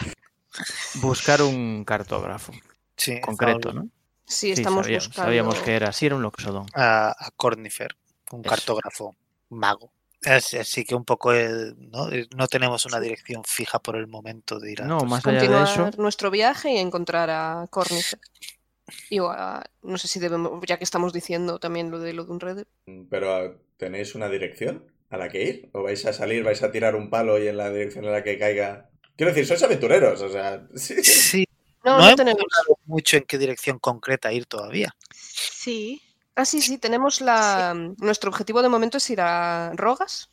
buscar un cartógrafo Sí, concreto, a- ¿no? Sí, estamos sabía- buscando. sabíamos que era, sí era un loxodón. A, a Cornifer, un Eso. cartógrafo mago. Así, así que un poco, eh, ¿no? Eh, no tenemos una dirección fija por el momento de ir a. No, otros- más allá de continuar eso, nuestro viaje y encontrar a Cornice. Y o a- no sé si debemos, ya que estamos diciendo también lo de lo de un red. Pero ah, ¿tenéis una dirección a la que ir? ¿O vais a salir, vais a tirar un palo y en la dirección en la que caiga? Quiero decir, sois aventureros, o sea, sí. Sí, No, no, no, hemos tenemos. hablado mucho en qué dirección concreta ir todavía. Sí, Ah, sí, sí, tenemos la. um, Nuestro objetivo de momento es ir a Rogas.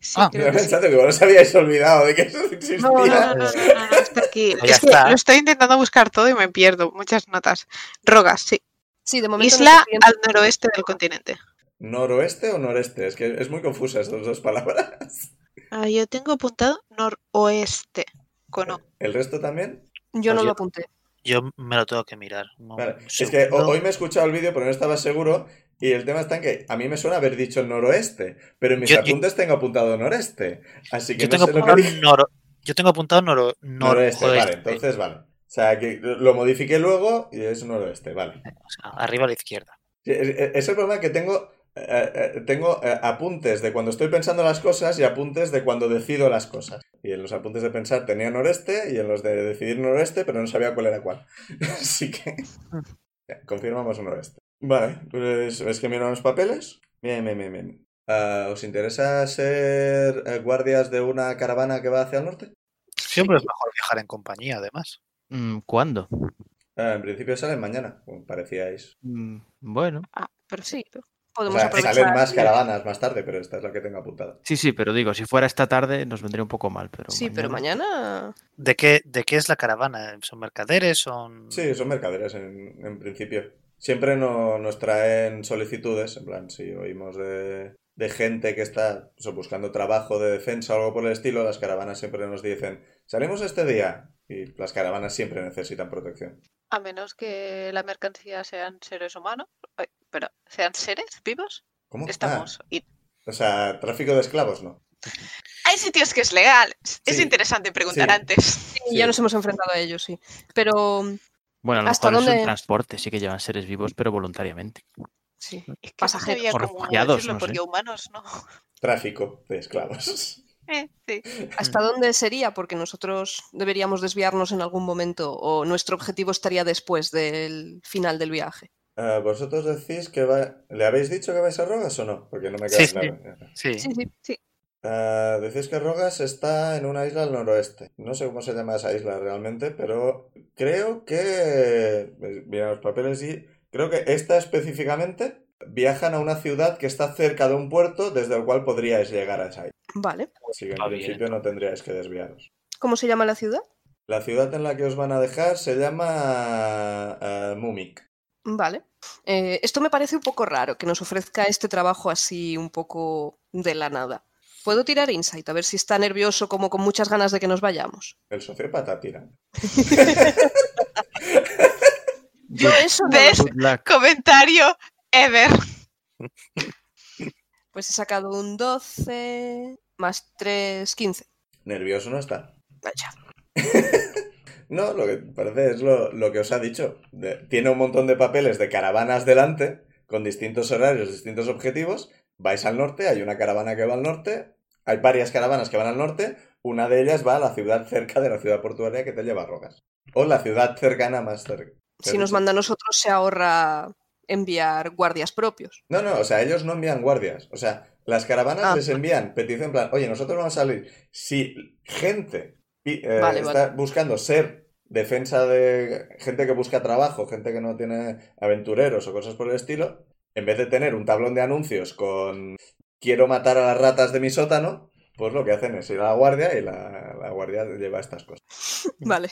sí, Ah, Me creo que sí. pensando que vos os habíais olvidado de que eso existía. No, no, no, no, no, no, no, está aquí. Ya Es que está. lo estoy intentando buscar todo y me pierdo. Muchas notas. Rogas, sí. Sí, de momento. Isla nuestro siguiente- al noroeste del continente. ¿Noroeste o noreste? Es que es muy confusa estas dos palabras. Ah, yo tengo apuntado noroeste. Con O. ¿El resto también? Yo no Pues Oye. lo apunté. Yo me lo tengo que mirar. un mo- Vale. un Es que ho- segundo. hoy me he escuchado el vídeo, pero no estaba seguro. Y el tema está en que a mí me suena haber dicho noroeste, pero en mis Yo- yo- apuntes tengo apuntado noreste. Así que yo, no tengo sé lo que apuntado dije. noro- yo tengo apuntado noro, nor- Noroeste, vale, oeste, entonces vale. O sea, que lo modifiqué luego y es noroeste, vale. o sea, arriba a la izquierda. Sí, Es es el problema que tengo, eh, eh, tengo eh, apuntes de cuando estoy pensando las cosas y apuntes de cuando decido las cosas. Y en los apuntes de pensar tenía noreste y en los de decidir noroeste, pero no sabía cuál era cuál. Así que ya, confirmamos noroeste. Vale, pues es que miro los papeles. Bien, bien, bien, bien. Ah, ¿Os interesa ser eh, guardias de una caravana que va hacia el norte? Siempre es mejor viajar en compañía, además. mm, ¿cuándo? Ah, en principio salen mañana, como parecíais. Mm, Bueno, Ah, perfecto. O podemos sea, aprovechar. salen más caravanas más tarde, pero esta es la que tengo apuntada. Sí, sí, pero digo, si fuera esta tarde nos vendría un poco mal. Pero sí, pero mañana. ¿De qué, ¿De qué es la caravana? ¿Son mercaderes? ¿Son...? Sí, son mercaderes en, en principio. Siempre no- nos traen solicitudes, en plan, si oímos de, de gente que está o sea, buscando trabajo de defensa o algo por el estilo, las caravanas siempre nos dicen, salimos este día. Y las caravanas siempre necesitan protección. A menos que la mercancía sean seres humanos, ay, pero sean seres vivos, ¿Cómo? estamos. y- Ah, o sea, tráfico de esclavos, ¿no? Hay sitios que es legal. Es Sí, interesante preguntar sí. antes. Sí, Sí. Ya nos hemos enfrentado a ellos, sí. Pero um, Bueno, a lo ¿Hasta mejor es dónde? un transporte, sí que llevan seres vivos, pero voluntariamente. sí. Es que no Pasajeros. sabía O cómo refugiados, decirlo, no sé. porque humanos no. Tráfico de esclavos. Eh, sí. Mm. ¿Hasta dónde sería? Porque nosotros deberíamos desviarnos en algún momento o nuestro objetivo estaría después del final del viaje. Ah, ¿Vosotros decís que va... ¿Le habéis dicho que vais a Rogas o no? Porque no me queda Sí, claro. Sí. Sí, sí, sí. Ah, decís que Rogas está en una isla al noroeste. No sé cómo se llama esa isla realmente, pero creo que... pues, Mira los papeles y... Creo que esta específicamente viajan a una ciudad que está cerca de un puerto desde el cual podríais llegar a esa isla. Vale. Así que en Ah, bien, principio no tendríais que desviaros. ¿Cómo se llama la ciudad? La ciudad en la que os van a dejar se llama ah, Mumik. Vale. Eh, esto me parece un poco raro, que nos ofrezca este trabajo así un poco de la nada. ¿Puedo tirar insight? A ver si está nervioso, como con muchas ganas de que nos vayamos. El sociópata tira. Yo eso no lo ¿Ves? sé. Good luck. Comentario ever. Pues he sacado un 12 más 3, 15. Nervioso no está. Vaya. No, lo que parece es lo, lo que os ha dicho. De- tiene un montón de papeles de caravanas delante, con distintos horarios, distintos objetivos. Vais al norte, hay una caravana que va al norte, hay varias caravanas que van al norte, una de ellas va a la ciudad cerca de la ciudad portuaria que te lleva a Rogas. O la ciudad cercana más cerca. Si nos manda a nosotros, se ahorra enviar guardias propios. No, no, o sea, ellos no envían guardias. O sea, las caravanas Ah. les envían petición en plan, oye, nosotros vamos a salir. Si gente pi- eh, Vale, está buscando ser defensa de gente que busca trabajo, gente que no tiene aventureros o cosas por el estilo, en vez de tener un tablón de anuncios con quiero matar a las ratas de mi sótano, pues lo que hacen es ir a la guardia y la, la guardia lleva estas cosas. Vale.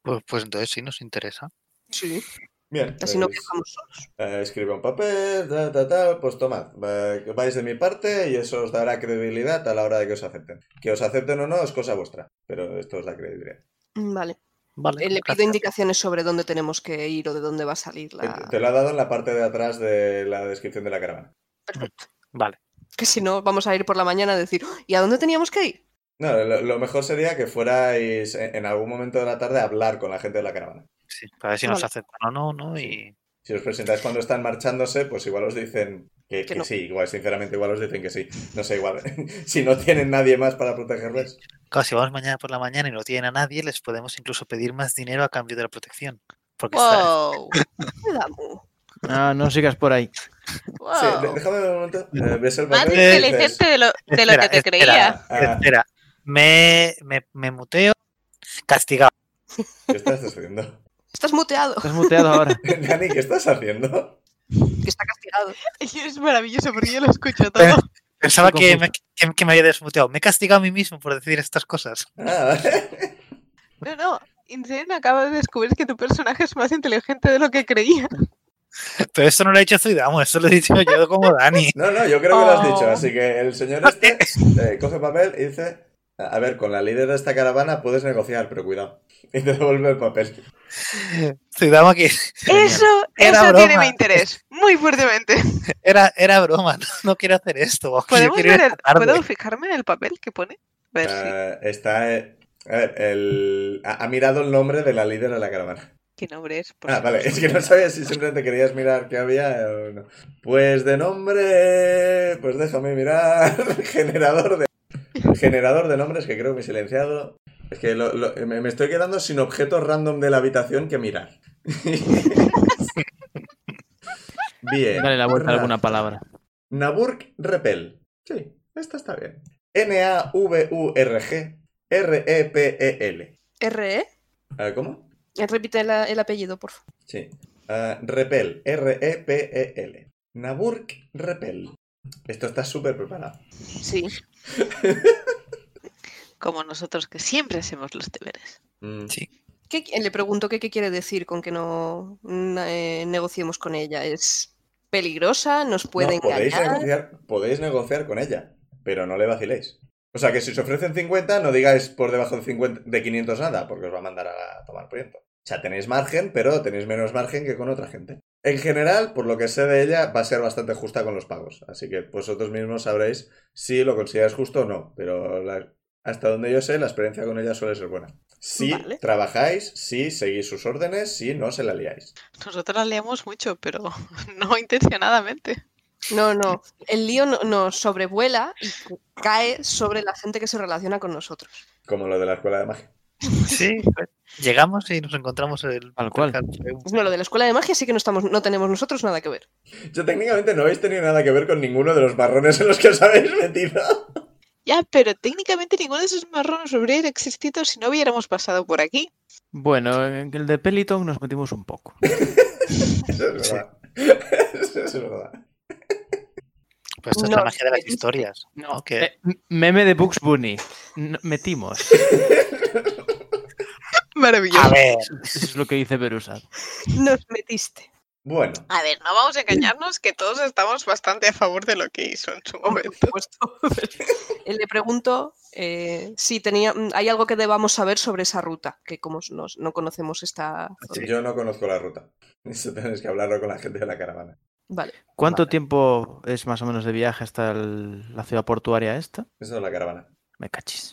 Pues, pues entonces sí nos interesa. Sí. Bien. Así no pues- viajamos solos. Eh, escribe un papel, tal, tal, tal, pues tomad, va- vais de mi parte y eso os dará credibilidad a la hora de que os acepten. Que os acepten o no es cosa vuestra, pero esto es la credibilidad. Vale. Vale. Eh, Le pido gracias. indicaciones sobre dónde tenemos que ir o de dónde va a salir la. Te- Te lo ha dado en la parte de atrás de la descripción de la caravana. Perfecto. Vale. Que si no, vamos a ir por la mañana a decir, "¡Oh! ¿y a dónde teníamos que ir? No, lo, lo mejor sería que fuerais en, en algún momento de la tarde a hablar con la gente de la caravana. Sí, para ver si nos Vale. aceptan o no, ¿no? Y... Si os presentáis cuando están marchándose, pues igual os dicen que, que no. sí, igual, sinceramente, igual os dicen que sí. No sé, igual, si no tienen nadie más para protegerles. Claro, si vamos mañana por la mañana y no tienen a nadie, les podemos incluso pedir más dinero a cambio de la protección. Porque está- Wow. Cuidado. Ah, no sigas por ahí. Sí, wow. de- déjame un momento. eh, ves el Más papel y dices, inteligente de lo, de lo que Espera, te espera. creía. "Ah, Espera, me, me, me muteo. Castigado. ¿Qué estás haciendo? Estás muteado, Estás muteado ahora. Dani, ¿qué estás haciendo? que está castigado. Y es maravilloso porque yo lo escucho todo. Pensaba Estoy que me, que- que me había desmuteado. Me he castigado a mí mismo por decir estas cosas. Ah, No, no. Insane acaba de descubrir que tu personaje es más inteligente de lo que creía. Pero esto no lo he hecho Zuidamo, esto lo he dicho yo como Dani. no, no, yo creo que lo has Oh. dicho. Así que el señor este eh, coge papel y dice: A a ver, con la líder de esta caravana puedes negociar, pero cuidado. Y te devuelve el papel. Zuidamo que Eso, Era eso tiene broma. mi interés, muy fuertemente. era, era broma, no, no quiero hacer esto. vamos, yo ¿Podemos quiero ir ver el- esta tarde. ¿Puedo fijarme en el papel que pone? A ver si. Eh, está. eh, a ver, el- ha, ha mirado el nombre de la líder de la caravana. ¿Qué nombre es? Por Ah, si vale, es que no sabía. sabía si simplemente querías mirar qué había o no. Pues de nombre. Pues déjame mirar. Generador de. Generador de nombres que creo que me he silenciado. Es que lo- lo- me me estoy quedando sin objetos random de la habitación que mirar. Bien. Dale la vuelta a Raza. alguna palabra. Naburg Repel. Sí, esta está bien. N-A-V-U-R-G R-E-P-E-L. ¿RE? Ah, ¿Cómo? Eh, Repite la- el apellido, por favor. Sí. Ah, Repel, E R-E-P-E-L. Naburk Repel. Esto está súper preparado. Sí. Como nosotros que siempre hacemos los deberes. Mm, ¿Qué- le pregunto que qué quiere decir con que no mm, eh, negociemos negociemos con ella. ¿Es peligrosa? ¿Nos puede No, podéis engañar? negociar, podéis negociar con ella, pero no le vaciléis. O sea, que si os ofrecen 50, no digáis por debajo de, 50 de 500 nada, porque os va a mandar a tomar viento. O sea, tenéis margen, pero tenéis menos margen que con otra gente. En general, por lo que sé de ella, va a ser bastante justa con los pagos. Así que vosotros mismos sabréis si lo consideráis justo o no. Pero la- hasta donde yo sé, la experiencia con ella suele ser buena. Si Vale. trabajáis, si seguís sus órdenes, si no se la liáis. Nosotros la leemos mucho, pero no intencionadamente. No, no. El lío no- nos sobrevuela y cae sobre la gente que se relaciona con nosotros. Como lo de la escuela de magia. Sí, pues, llegamos y nos encontramos el Tal cual. No, lo de la escuela de magia sí que no, estamos, no tenemos nosotros nada que ver. Yo técnicamente no habéis tenido nada que ver con ninguno de los marrones en los que os habéis metido. Ya, pero técnicamente ninguno de esos marrones hubiera existido si no hubiéramos pasado por aquí. Bueno, en el de Peliton nos metimos un poco. Eso es verdad. Eso es verdad. Pues esta es No, la magia de las existe. historias. No, que Eh, m- meme de Bugs Bunny. N- metimos. Maravilloso. A ver, Eso es lo que dice Berusat. Nos metiste. Bueno, A ver, no vamos a engañarnos que todos estamos bastante a favor de lo que hizo en su Por momento. supuesto. Eh, Le pregunto eh, si tenía, mm, hay algo que debamos saber sobre esa ruta, que como nos- no conocemos Ah, esta... zona. yo no conozco la ruta. Eso tenéis que hablarlo con la gente de la caravana. Vale. ¿Cuánto Vale. tiempo es más o menos de viaje hasta el- la ciudad portuaria esta? Eso es la caravana. Me cachis.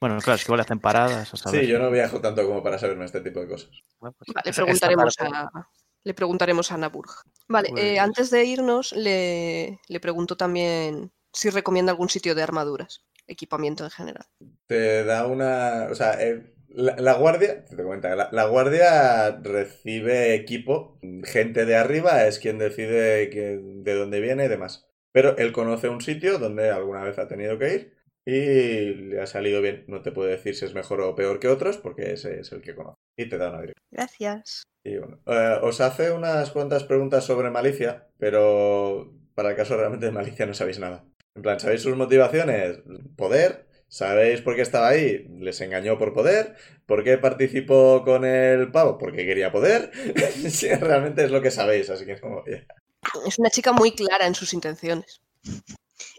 Bueno, claro, es que igual hacen paradas. a saber. Sí, yo no viajo tanto como para saberme este tipo de cosas. bueno, pues Vale, esa- esa preguntaremos parte- a, le preguntaremos a Naburg. Vale, eh, Pues- antes de irnos, le, le pregunto también si recomienda algún sitio de armaduras, equipamiento en general. Te da una. O sea, eh, la, la guardia. Te comenta, la, la guardia recibe equipo. Gente de arriba es quien decide que- de dónde viene y demás. Pero él conoce un sitio donde alguna vez ha tenido que ir y le ha salido bien. No te puede decir si es mejor o peor que otros porque ese es el que conoce. Y te da una dirección. Gracias. Y bueno, eh, os hace unas cuantas preguntas sobre malicia, pero para el caso realmente de malicia no sabéis nada. En plan, ¿sabéis sus motivaciones? Poder. ¿Sabéis por qué estaba ahí? ¿Les engañó por poder? ¿Por qué participó con el pavo? Porque quería poder. Sí, realmente es lo que sabéis, así que es como... ya. Es una chica muy clara en sus intenciones.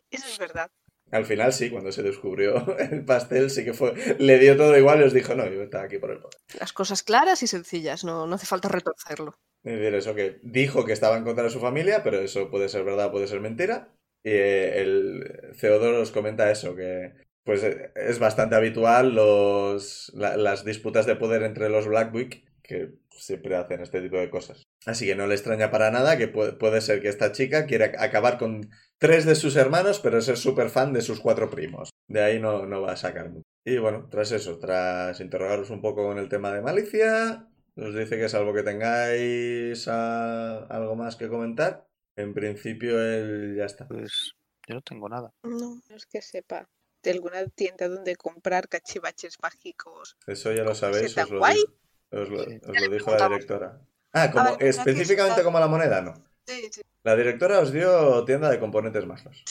Eso es verdad. Al final sí, cuando se descubrió el pastel, sí que fue... Le dio todo igual y os dijo, no, yo estaba aquí por el poder. Las cosas claras y sencillas, no, no hace falta retorcerlo. Es decir, eso que dijo que estaba en contra de su familia, pero eso puede ser verdad, puede ser mentira. Y eh, el Ceodoro os comenta eso, que pues eh, es bastante habitual los, la- las disputas de poder entre los Blackwick, que siempre hacen este tipo de cosas. Así que no le extraña para nada que puede, puede ser que esta chica quiera acabar con tres de sus hermanos, pero ser súper fan de sus cuatro primos. De ahí no, no va a sacar mucho. Y bueno, tras eso, tras interrogaros un poco con el tema de malicia, os dice que salvo que tengáis ah, algo más que comentar, en principio él ya está. pues, yo no tengo nada. No. No es que sepa de alguna tienda donde comprar cachivaches mágicos. Eso ya lo sabéis, tan os lo, guay. di- os lo- Sí. os Ya lo le dijo la preguntamos. directora. Ah, como, pensaba que específicamente estaba- como la moneda, no. Sí, sí, La directora os dio tienda de componentes mágicos.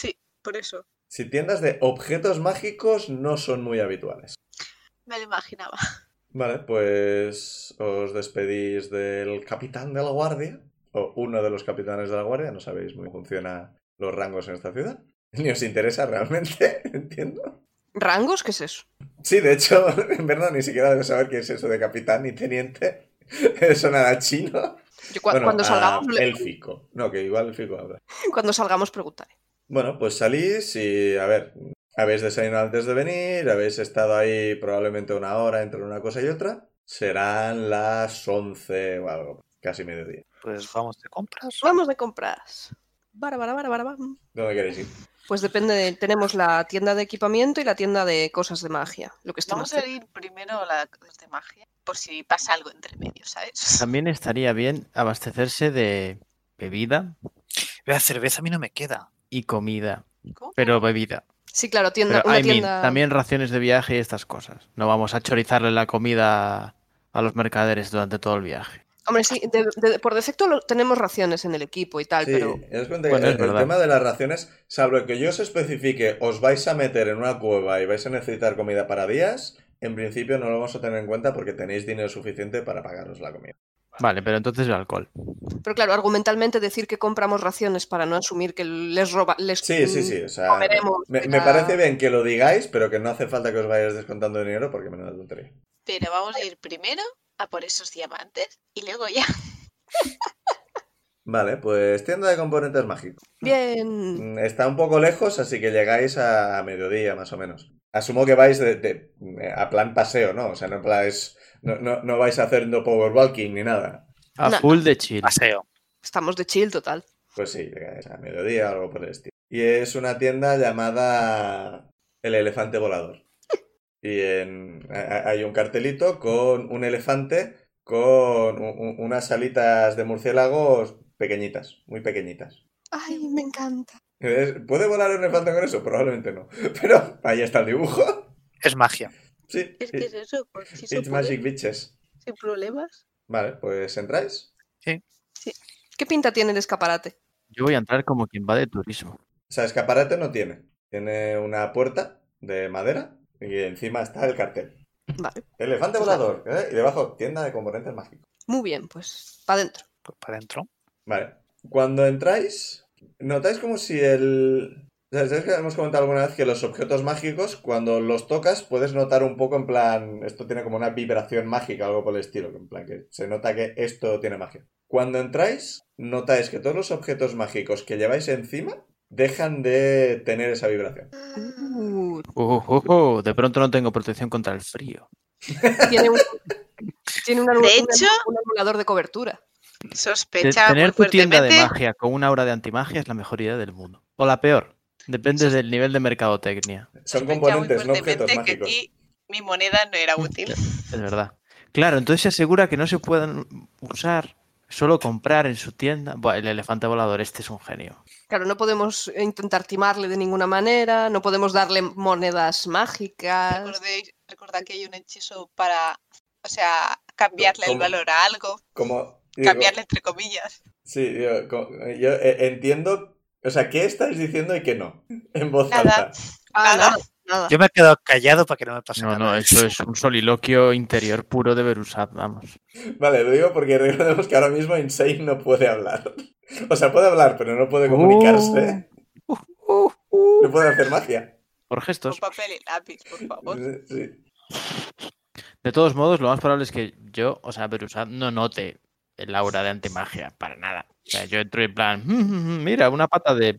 por eso. Si tiendas de objetos mágicos no son muy habituales. Me lo imaginaba. Vale, pues os despedís del capitán de la guardia, o uno de los capitanes de la guardia, no sabéis muy bien cómo funcionan los rangos en esta ciudad. Ni os interesa realmente, entiendo. ¿Rangos? ¿Qué es eso? Sí, de hecho, en verdad ni siquiera debo saber qué es eso de capitán ni teniente. Eso nada chino. Yo cua- Bueno, ah, cuando, a salgamos, le- élfico. No, que igual élfico habla. cuando salgamos preguntaré. Bueno, pues salís y, a ver, habéis desayunado antes de venir, habéis estado ahí probablemente una hora entre una cosa y otra. Serán las 11 o algo, casi mediodía. Pues vamos de compras. Vamos de compras. Bara, bara, bara, bara, bam. ¿Dónde queréis ir? Pues depende, de- tenemos la tienda de equipamiento y la tienda de cosas de magia. Lo que estamos Vamos a ir primero a la cosa de magia, por si pasa algo entre medio, ¿sabes? También estaría bien abastecerse de bebida Vea, cerveza a mí no me queda. y comida. ¿Cómo? Pero bebida. Sí, claro, tienda, Pero, una I mean, tienda... también raciones de viaje y estas cosas. No vamos a chorizarle la comida a los mercaderes durante todo el viaje. Hombre, sí, de- de- por defecto lo- tenemos raciones en el equipo y tal, Sí, pero es cuenta que Bueno, es el, el verdad. tema de las raciones, salvo que yo os especifique, os vais a meter en una cueva y vais a necesitar comida para días, en principio no lo vamos a tener en cuenta porque tenéis dinero suficiente para pagaros la comida. Vale, pero entonces el alcohol. Pero claro, argumentalmente decir que compramos raciones para no asumir que les roba, les Sí, sí, mm, sí, o sea, comeremos. me, me era- parece bien que lo digáis, pero que no hace falta que os vayáis descontando dinero porque menos tontería. Pero vamos a ir primero a por esos diamantes y luego ya. Vale, pues tienda de componentes mágicos. Bien. Mm, Está un poco lejos, así que llegáis a mediodía más o menos. Asumo que vais de, de- eh, a plan paseo, ¿no? O sea, no, en plan es- no, no, no vais haciendo power walking ni nada. A No. full de chill. Paseo. Estamos de chill total. Pues sí, llegáis a mediodía o algo por el estilo. Y es una tienda llamada El Elefante Volador. Y en- a- a- hay un cartelito con un elefante con u- u- unas alitas de murciélagos pequeñitas, muy pequeñitas. Ay, me encanta. Es- ¿Puede volar un elefante con eso? Probablemente no. Pero ahí está el dibujo. Es magia. Sí. Es que es eso, con hechizo It's puedes, magic bitches. sin problemas. Vale, pues entráis. ¿Qué pinta tiene el escaparate? Yo voy a entrar como quien va de turismo. O sea, escaparate no tiene. Tiene una puerta de madera y encima está el cartel. Vale. Elefante volador. ¿eh? Y debajo, tienda de componentes mágicos. Muy bien, pues para adentro. Pues para adentro. Vale. Cuando entráis, notáis como si el... ¿Sabéis que hemos comentado alguna vez que los objetos mágicos, cuando los tocas, puedes notar un poco en plan... Esto tiene como una vibración mágica o algo por el estilo. que En plan que se nota que esto tiene magia. Cuando entráis, notáis que todos los objetos mágicos que lleváis encima dejan de tener esa vibración. Uh, Uh, uh, uh, de pronto no tengo protección contra el frío. tiene un, tiene un, anul- De un- hecho- un anulador de cobertura. Te- Sospechaba muy Tener tu tienda de fuertemente. magia con una aura de antimagia es la mejor idea del mundo. O la peor. Depende del nivel de mercadotecnia. Son sospechaba muy componentes, no fuertemente objetos que mágicos. aquí mi moneda no era útil. Es verdad. Claro, entonces se asegura que no se puedan usar, solo comprar en su tienda. Buah, el elefante volador, este es un genio. Claro, no podemos intentar timarle de ninguna manera, no podemos darle monedas mágicas. Recordéis- recordad que hay un hechizo para, o sea, cambiarle ¿Cómo? el valor a algo, Como... cambiarle entre comillas. Sí, yo, co- yo, eh, entiendo, o sea, ¿qué estáis diciendo y qué no? En voz Nada. alta. Ah, Nada. nada, nada. Yo me he quedado callado para que no me pase No, nada. no, eso es un soliloquio interior puro de Berusat, vamos. Vale, lo digo porque recordemos que ahora mismo Insane no puede hablar. O sea, puede hablar, pero no puede comunicarse. Uh, uh, uh. No puede hacer magia. Por Con gestos. papel y lápiz, por favor. Sí. De todos modos, lo más probable es que yo, o sea, Berusat, no note el aura de antimagia, para nada. O sea, yo entro en plan, "Mm, mm, mm, mira, una pata de...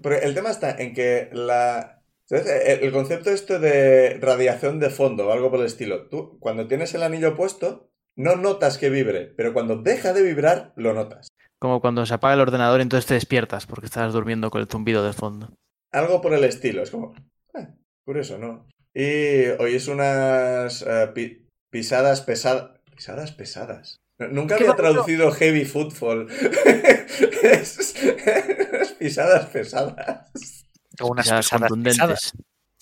Porque el tema está en que la... ¿sabes? El el concepto este de radiación de fondo o algo por el estilo. Tú, cuando tienes el anillo puesto, no notas que vibre, pero cuando deja de vibrar, lo notas. Como cuando se apaga el ordenador, entonces te despiertas porque estabas durmiendo con el zumbido de fondo. Algo por el estilo, es como... "Ah, curioso, ¿no? Y oís unas eh, pi- pisadas pesadas... Pisadas pesadas. N- Nunca ¿Qué había bonito. traducido heavy footfall. Es- es pisadas pesadas. Con unas Pisadas pesadas pesadas. contundentes.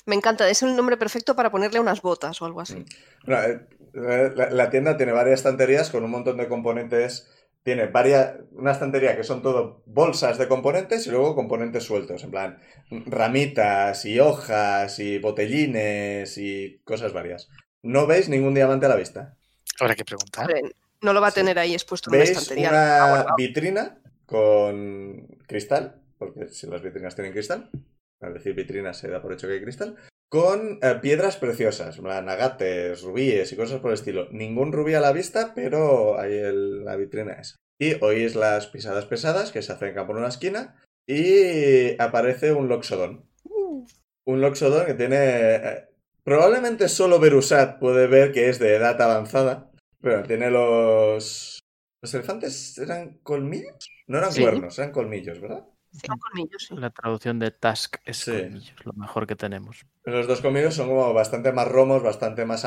Me encanta, es un nombre perfecto para ponerle unas botas o algo así. Bueno, eh, eh, la, la tienda tiene varias estanterías con un montón de componentes. Tiene varias, una estantería que son todo bolsas de componentes y luego componentes sueltos, en plan ramitas y hojas y botellines y cosas varias. No veis ningún diamante a la vista. Habrá que Ah. preguntar. Hombre, no lo va a Sí. tener ahí expuesto en una Veis estantería. una guardado. vitrina con cristal, porque si las vitrinas tienen cristal, al decir vitrina se da por hecho que hay cristal, con eh, piedras preciosas, en plan, agates, rubíes y cosas por el estilo. Ningún rubí a la vista, pero hay el- la vitrina esa. Y oís las pisadas pesadas que se acercan por una esquina y aparece un loxodón. Un Loxodon que tiene. eh, probablemente solo Berusat puede ver que es de edad avanzada. Pero tiene los. ¿Los elefantes eran colmillos? No eran Sí. cuernos, eran colmillos, ¿verdad? Son colmillos, sí. La traducción de task es Sí. colmillos, lo mejor que tenemos. Los dos colmillos son como bastante más romos, bastante más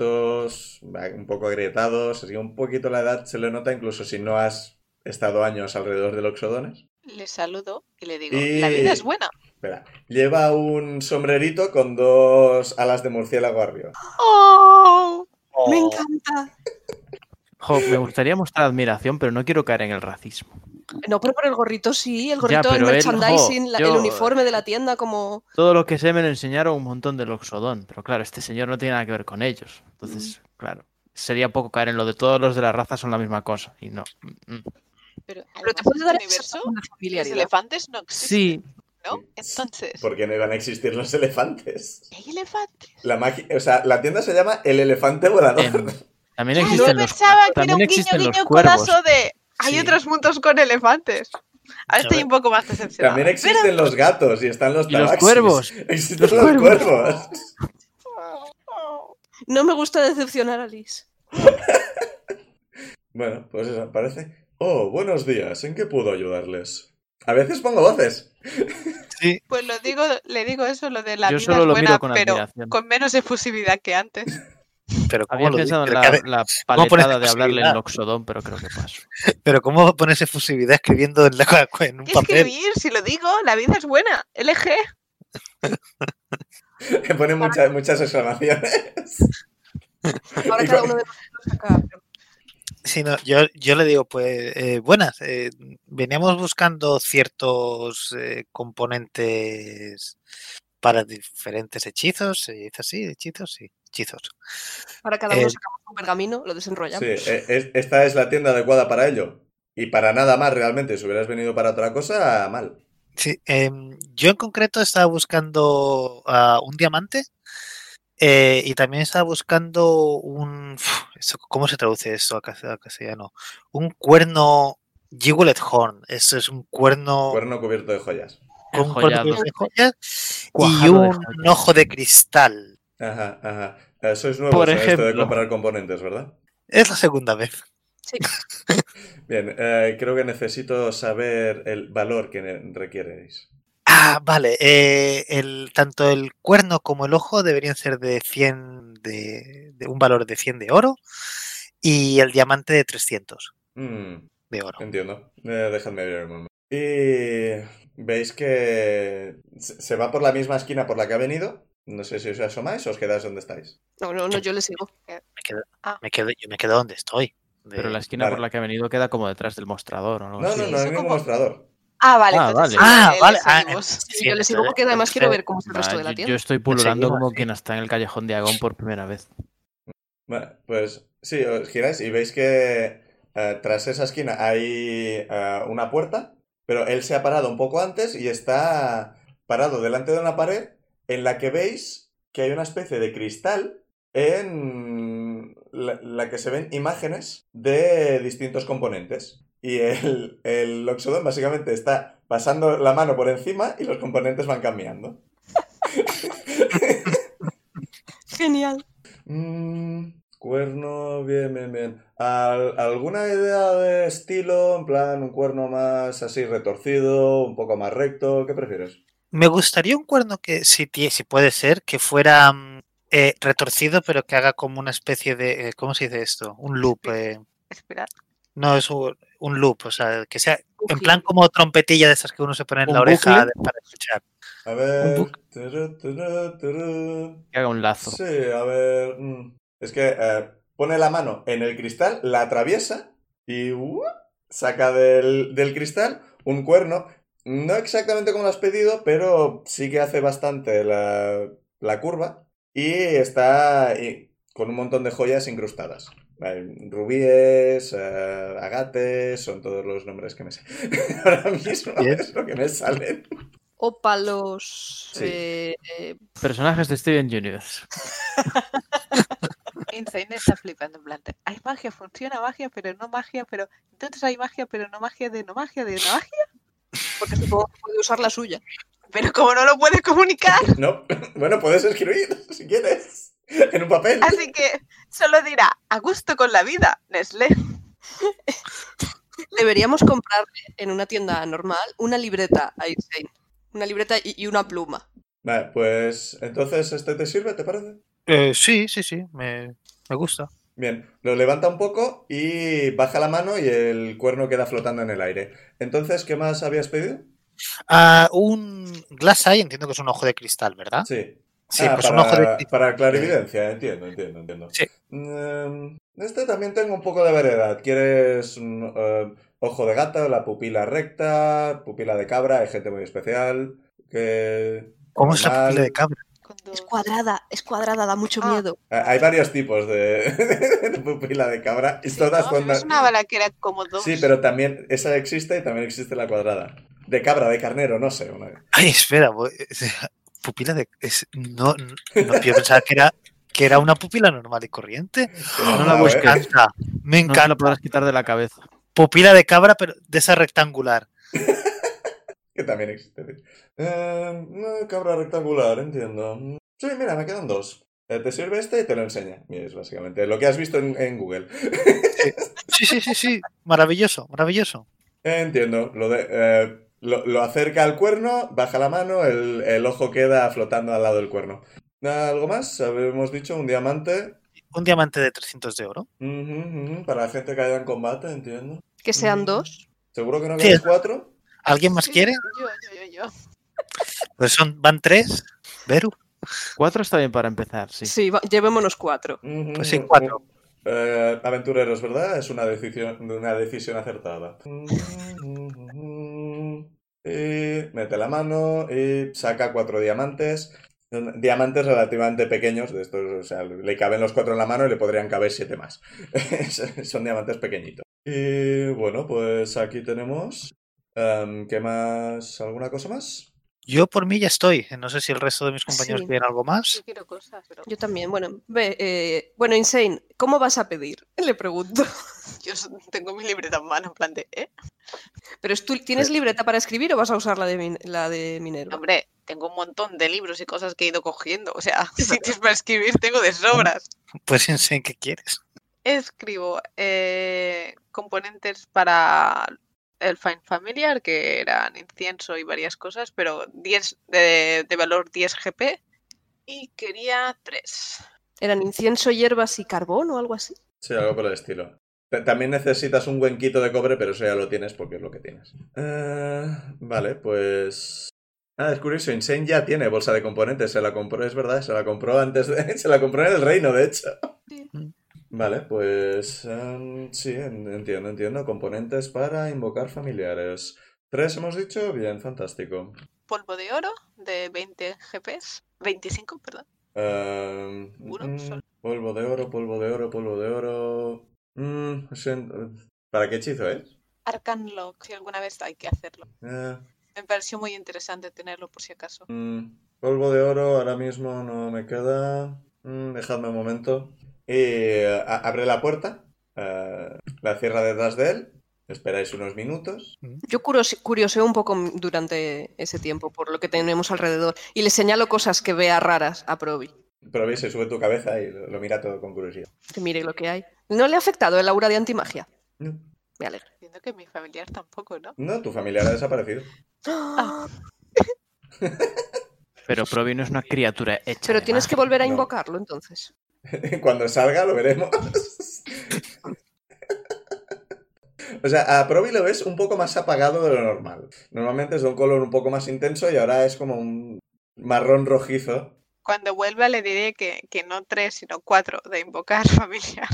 amarillentos, un poco agrietados. Así que un poquito la edad se le nota, incluso si no has estado años alrededor de Loxodones. Le saludo y le digo, Y- la vida es buena. Espera, lleva un sombrerito con dos alas de murciélago arriba. ¡Oh! Me Oh, encanta. Jo, me gustaría mostrar admiración, pero no quiero caer en el racismo. No, pero por el gorrito sí, el gorrito, el pero él, merchandising, jo, la- el yo- uniforme de la tienda, como. Todo lo que sé me lo enseñaron un montón del Oxodón, pero claro, este señor no tiene nada que ver con ellos. Entonces, Mm. claro, sería poco caer en lo de todos los de la raza son la misma cosa. Y no. mm, mm. Pero, Pero te además, puede en dar este esa universo, sensación de los familiaridad. elefantes no existen, Sí, ¿no? Entonces, Porque no iban a existir los elefantes. ¿hay elefantes? La magi- o sea, la tienda se llama El Elefante Volador. Em, también Ah, existen yo los, pensaba que era también un guiño, existen los guiño, cuervos. codazo de. Hay Sí. otros mundos con elefantes. Ahora A estoy ver. un poco más decepcionado. También existen los gatos y están los Y los tabaxis. cuervos. Existen Los los, cuervos. cuervos. No me gusta decepcionar a Liz. Bueno, pues eso, parece. Oh, buenos días. ¿En qué puedo ayudarles? A veces pongo voces. Pues lo digo, le digo eso, lo de la Yo vida solo es lo miro buena, con pero admiración. con menos efusividad que antes. Pero ¿cómo Había lo pensado dices? en Pero, la, que- la ¿cómo pones paletada de hablarle exclusividad? en Loxodón, pero creo que paso. pero ¿cómo pones efusividad escribiendo en, la- en un ¿Qué papel? escribir? Si lo digo, la vida es buena. LG. Que ponen muchas, muchas exclamaciones. Ahora cada uno de nosotros saca. Sí, no, yo, yo le digo, pues, eh, buenas, eh, veníamos buscando ciertos eh, componentes para diferentes hechizos, se dice así, hechizos, sí, hechizos. Ahora cada uno Eh, sacamos un pergamino, lo Pues Sí, desenrollamos. e- es- esta es la tienda adecuada para ello. Y para nada más realmente. Si hubieras venido para otra cosa, mal. Sí, em, yo en concreto estaba buscando ah, un diamante eh, y también estaba buscando un... eso, ¿Cómo se traduce eso a cas- a castellano? Un cuerno... Giglet Horn, eso es un Oh. cuerno Cuerno cubierto de joyas. con un cuerno Enjollado. cubierto de joyas y Cuajado de un joyas. ojo de cristal. Ajá, ajá. Eh, Sois nuevos Por en esto de ejemplo. comprar componentes, ¿verdad? Es la segunda vez. Bien, eh, creo que necesito saber el valor que ne- requiereis. Ah, vale. eh, el, tanto el cuerno como el ojo deberían ser de 100 de, de un valor de 100 de oro y el diamante de 300 Mm. de oro. Entiendo. Eh, dejadme ver un momento. Y veis que se se va por la misma esquina por la que ha venido. No sé si os asomáis o os quedáis donde estáis. No, no, no, yo le sigo. Me quedo, Ah. me quedo- yo me quedo donde estoy. de- Pero la esquina Vale. por la que ha venido queda como detrás del mostrador o algo No, no, así. no, hay eso ningún como- mostrador. Ah, vale. Ah, entonces vale. sí, Ah, le- le vale, ah, seguimos. entonces- Sí, yo le sigo porque además quiero ver cómo es el Nah, resto de la yo, tienda. yo estoy pululando seguimos, como sí. quien está en el callejón de Agón por primera vez. Bueno, pues sí, os giráis y veis que eh, tras esa esquina hay eh, una puerta, pero él se ha parado un poco antes y está parado delante de una pared en la que veis que hay una especie de cristal en la, la que se ven imágenes de distintos componentes. Y el, el Loxodon básicamente está pasando la mano por encima y los componentes van cambiando. Genial. Mm, cuerno, bien, bien, bien. Al- ¿Alguna idea de estilo? En plan, un cuerno más así retorcido, un poco más recto, ¿qué prefieres? Me gustaría un cuerno que, si, tie- si puede ser, que fuera mm, eh, retorcido, pero que haga como una especie de. eh, ¿Cómo se dice esto? Un loop. eh, Espera. no, es un, un loop, o sea, que sea en Ujú. plan como trompetilla de esas que uno se pone en ¿Un la oreja bucle? de- para escuchar. A ver. buc- turú, turú, turú. Que haga un lazo. Sí, a ver. mm. Es que eh, pone la mano en el cristal, la atraviesa y ¡uh! saca del, del cristal un cuerno. No exactamente como lo has pedido, pero sí que hace bastante la, la curva. Y está ahí, con un montón de joyas incrustadas. Hay Rubíes, eh, agates, son todos los nombres que me salen. Ahora mismo Bien. es lo que me salen. Ópalos. Sí. eh, eh, Personajes de Steven Universe. Insane está flipando en plan. de, Hay magia, funciona magia, pero no magia, pero. Entonces hay magia, pero no magia, de no magia, de no magia. porque supongo que puede usar la suya. Pero como no lo puedes comunicar, No, bueno, puedes escribir si quieres. En un papel. así que solo dirá a gusto con la vida, Nestlé. Deberíamos comprarle en una tienda normal una libreta a Einstein. Una libreta y, y una pluma. Vale, pues entonces este te sirve, ¿te parece? Eh, sí, sí, sí, me, me gusta. Bien, lo levanta un poco y baja la mano y el cuerno queda flotando en el aire. Entonces, ¿qué más habías pedido? Ah, un glass eye, entiendo que es un ojo de cristal, ¿verdad? Sí. Sí, Ah, pues para, un ojo de... para clarividencia, entiendo, entiendo, entiendo. Sí. Mm, este también tengo un poco de variedad. ¿Quieres mm, eh, ojo de gato, la pupila recta, pupila de cabra? Hay gente muy especial. Que... ¿Cómo es la normal. pupila de cabra? Con Es dos- cuadrada, es cuadrada, da mucho Ah. miedo. Ah, Hay varios tipos de, de pupila de cabra y todas No, son- no es una bala que era como dos. Sí, pero también esa existe y también existe la cuadrada. De cabra, de carnero, no sé. una- Ay, espera, bo- es- pupila de... es- no, no, yo pensaba que era, que era una pupila normal y corriente. No la Ah, Me busques. bueno. encanta, me No te encanta. lo podrás quitar de la cabeza. Pupila de cabra, pero de esa rectangular. Que también existe. Eh, no, cabra rectangular, entiendo. Sí, mira, me quedan dos. Eh, te sirve este y te lo enseña. Y Es básicamente lo que has visto en, en Google. Sí, sí, sí, sí. Maravilloso, maravilloso. Entiendo. Lo, de, eh, lo, lo acerca al cuerno, baja la mano, el, el ojo queda flotando al lado del cuerno. ¿Algo más? Habíamos dicho un diamante. Un diamante de 300 de oro. Ujú, ujú, Para la gente que haya en combate, entiendo. Que sean Mm. dos. ¿Seguro que no Sí. quedan cuatro? ¿Alguien más Sí, quiere? Yo, yo, yo, yo. Pues son, van tres. Veru. Cuatro está bien para empezar, sí. Sí, va- llevémonos cuatro. Ujú, Pues sí, ujú. cuatro. Eh, aventureros, ¿verdad? Es una decisión, una decisión acertada. Y mete la mano y saca cuatro diamantes. Diamantes relativamente pequeños, de estos, o sea, le caben los cuatro en la mano y le podrían caber siete más. Son diamantes pequeñitos. Y bueno, pues aquí tenemos. Em, ¿Qué más? ¿Alguna cosa más? Yo por mí ya estoy. No sé si el resto de mis compañeros Sí. quieren algo Yo más. quiero cosas, pero Yo también. Bueno, ve, eh, bueno, Insane, ¿cómo vas a pedir? Le pregunto. yo s- tengo mi libreta en mano, en plan de, ¿eh? Pero es tú, ¿tienes libreta para escribir o vas a usar la de, Min- la de Minerva? Hombre, tengo un montón de libros y cosas que he ido cogiendo. O sea, sitios para escribir tengo de sobras. Pues en qué quieres. Escribo eh, componentes para el Find Familiar, que eran incienso y varias cosas, pero 10 de, de valor 10 GP. Y quería 3. ¿Eran incienso, hierbas y carbón o algo así? Sí, algo por el estilo. Ta- También necesitas un buen quito de cobre, pero eso ya lo tienes porque es lo que tienes. Eh, vale, pues. Ah, es curioso, Insane ya tiene bolsa de componentes, se la compró, es verdad, se la compró antes de. Se la compró en el reino, de hecho. Sí. Vale, pues. em, sí, en- entiendo, entiendo. Componentes para invocar familiares. Tres hemos dicho, bien, fantástico. Polvo de oro de 20 GPs. 25, perdón. Em, Uno mm, solo. polvo de oro, polvo de oro, polvo de oro. Mm, sen- ¿Para qué hechizo es? Arcan Lock, si alguna vez hay que hacerlo. Eh, Me pareció muy interesante tenerlo por si acaso. Mm, polvo de oro ahora mismo no me queda. Mm, dejadme un momento. Y eh, a- abre la puerta. eh, la cierra detrás de él. Esperáis unos minutos. Yo curos- curioseo un poco m- durante ese tiempo por lo que tenemos alrededor y le señalo cosas que vea raras a Probi. Pero veis, se sube tu cabeza y lo, lo mira todo con curiosidad. Que mire lo que hay. No le ha afectado el aura de antimagia. No, Me alegro. Entiendo que mi familiar tampoco, ¿no? no, tu familiar ha desaparecido. Pero Provi no es una criatura hecha. Pero de tienes que magia. volver a no. invocarlo entonces. Cuando salga lo veremos. O sea, a Proby lo ves un poco más apagado de lo normal. Normalmente es de un color un poco más intenso y ahora es como un marrón rojizo. Cuando vuelva le diré que, que no tres, sino cuatro de invocar familiar.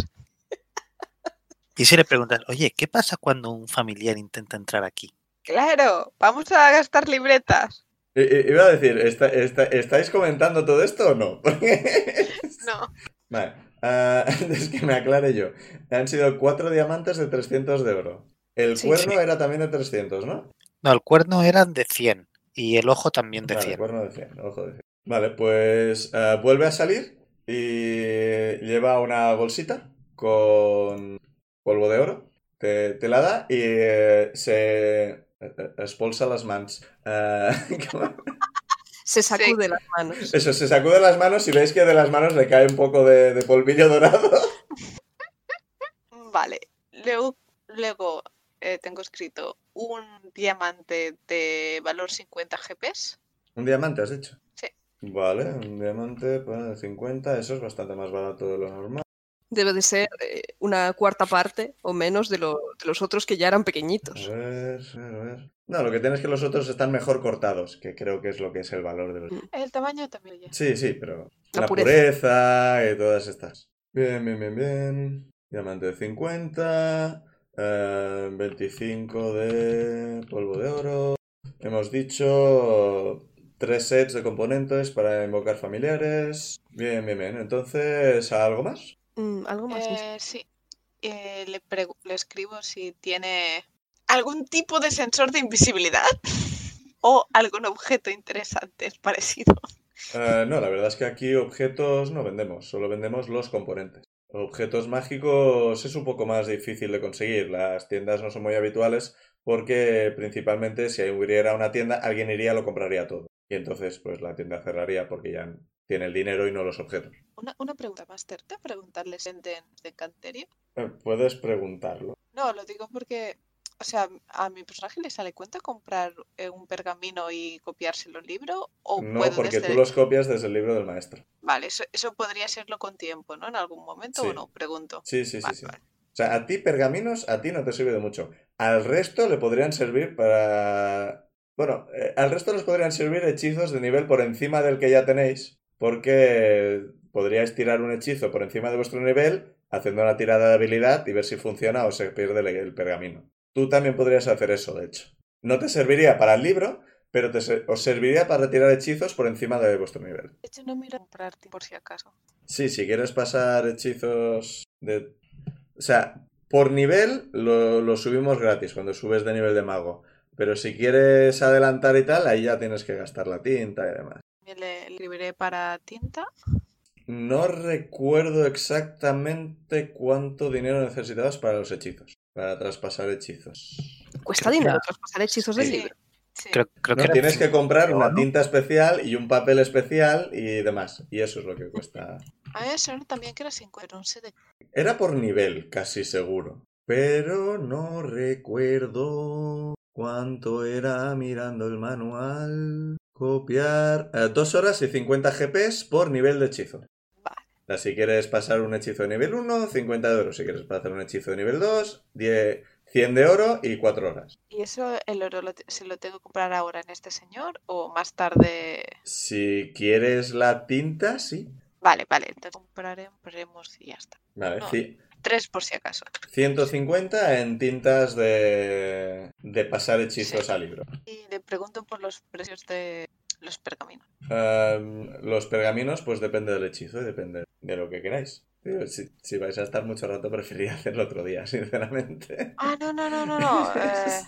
Y si le preguntas, oye, ¿qué pasa cuando un familiar intenta entrar aquí? Claro, vamos a gastar libretas. I- i- Eh, Iba a decir, ¿está- está- estáis comentando todo esto o no? Porque- No, Vale, ah, antes que me aclare yo. Han sido cuatro diamantes de 300 de oro. El Sí. cuerno era también de 300, ¿no? No, el cuerno eran de 100 y el ojo también de Vale, 100. cuerno de 100, ojo de 100. Vale, pues ah, vuelve a salir y lleva una bolsita con polvo de oro. Te, te la da y eh, se eh, eh, espolsa las mans. Ah, ¿cómo? Se sacude las manos. Eso, se sacude las manos y veis que de las manos le cae un poco de, de polvillo dorado. vale. Luego, luego eh, tengo escrito un diamante de valor 50 GPs. Un diamante, has dicho. Sí. Vale, un diamante, pues, 50, eso es bastante más barato de lo normal. Debe de ser eh, una cuarta parte o menos de, lo- de los otros que ya eran A pequeñitos. ver, a ver. No, lo que tienes es que los otros están mejor cortados, que creo que es lo que es el valor de los. El tamaño también. oye. Sí, sí, pero. La, La pureza. y todas estas. Bien, bien, bien, bien. Diamante de 50. eh, 25 de polvo de oro. Hemos dicho tres sets de componentes para invocar familiares. Bien, bien, bien. Entonces, ¿algo más? Mm, Algo más. no sé. Eh, sí. Eh, le, pregu- le escribo si tiene algún tipo de sensor de invisibilidad o algún objeto interesante parecido. Eh, no, la verdad es que aquí objetos no vendemos, solo vendemos los componentes. Objetos mágicos es un poco más difícil de conseguir, las tiendas no son muy habituales porque principalmente si hubiera una tienda alguien iría y lo compraría todo. Y entonces pues la tienda cerraría porque ya tiene el dinero y no los objetos. Una, una pregunta, Master. ¿Te preguntarles en de, de Canterio? Eh, Puedes preguntarlo. No, lo digo porque, o sea, a mi personaje le sale cuenta comprar eh, un pergamino y copiárselo al libro o No, porque puedo Oh, pues desde- tú los copias desde el libro del maestro. Vale, eso, eso podría serlo con tiempo, ¿no? En algún momento Sí. o no, pregunto. Sí, sí, sí, Vale, sí. vale. O sea, a ti pergaminos, a ti no te sirve de mucho. Al resto le podrían servir para... Bueno, eh, al resto les podrían servir hechizos de nivel por encima del que ya tenéis, porque podríais tirar un hechizo por encima de vuestro nivel, haciendo una tirada de habilidad y ver si funciona o se pierde el, el pergamino. Tú también podrías hacer eso, de hecho. No te serviría para el libro, pero te ser- os serviría para tirar hechizos por encima de vuestro nivel. De hecho, no miro comprarte por si acaso. Sí, si quieres pasar hechizos de... O sea, por nivel lo, lo subimos gratis cuando subes de nivel de mago. Pero si quieres adelantar y tal, ahí ya tienes que gastar la tinta y demás. También le, le escribiré para tinta. No recuerdo exactamente cuánto dinero necesitabas para los hechizos. Para traspasar hechizos. Cuesta Creo que dinero era- traspasar ¿eh? hechizos del Sí. libro. Pues Sí. Creo, creo No, que era tienes que comprar una ¿no? tinta especial y un papel especial y demás. Y eso es lo que cuesta. A mí me suena también que era 5 era un set de- Era por nivel, casi seguro. Pero no recuerdo cuánto era mirando el manual. Copiar. eh, dos horas y 50 GPs por nivel de hechizo. Vale. O sea, si quieres pasar un hechizo de nivel 1, 50 de oro. Si quieres pasar un hechizo de nivel 2, 10, 100 de oro y 4 horas. ¿Y eso el oro lo te- se lo tengo que comprar ahora en este señor o más tarde? Si quieres la tinta, sí. Vale, vale, entonces compraré- compraremos y ya está. Vale, No. sí. Tres por si acaso. 150 en tintas de, de pasar hechizos Sí. a libro. Y le pregunto por los precios de los pergaminos. Em, los pergaminos, pues depende del hechizo y depende de lo que queráis. Pero si, si vais a estar mucho rato, preferiría hacerlo otro día, sinceramente. Ah, no, no, no, no, no. eh,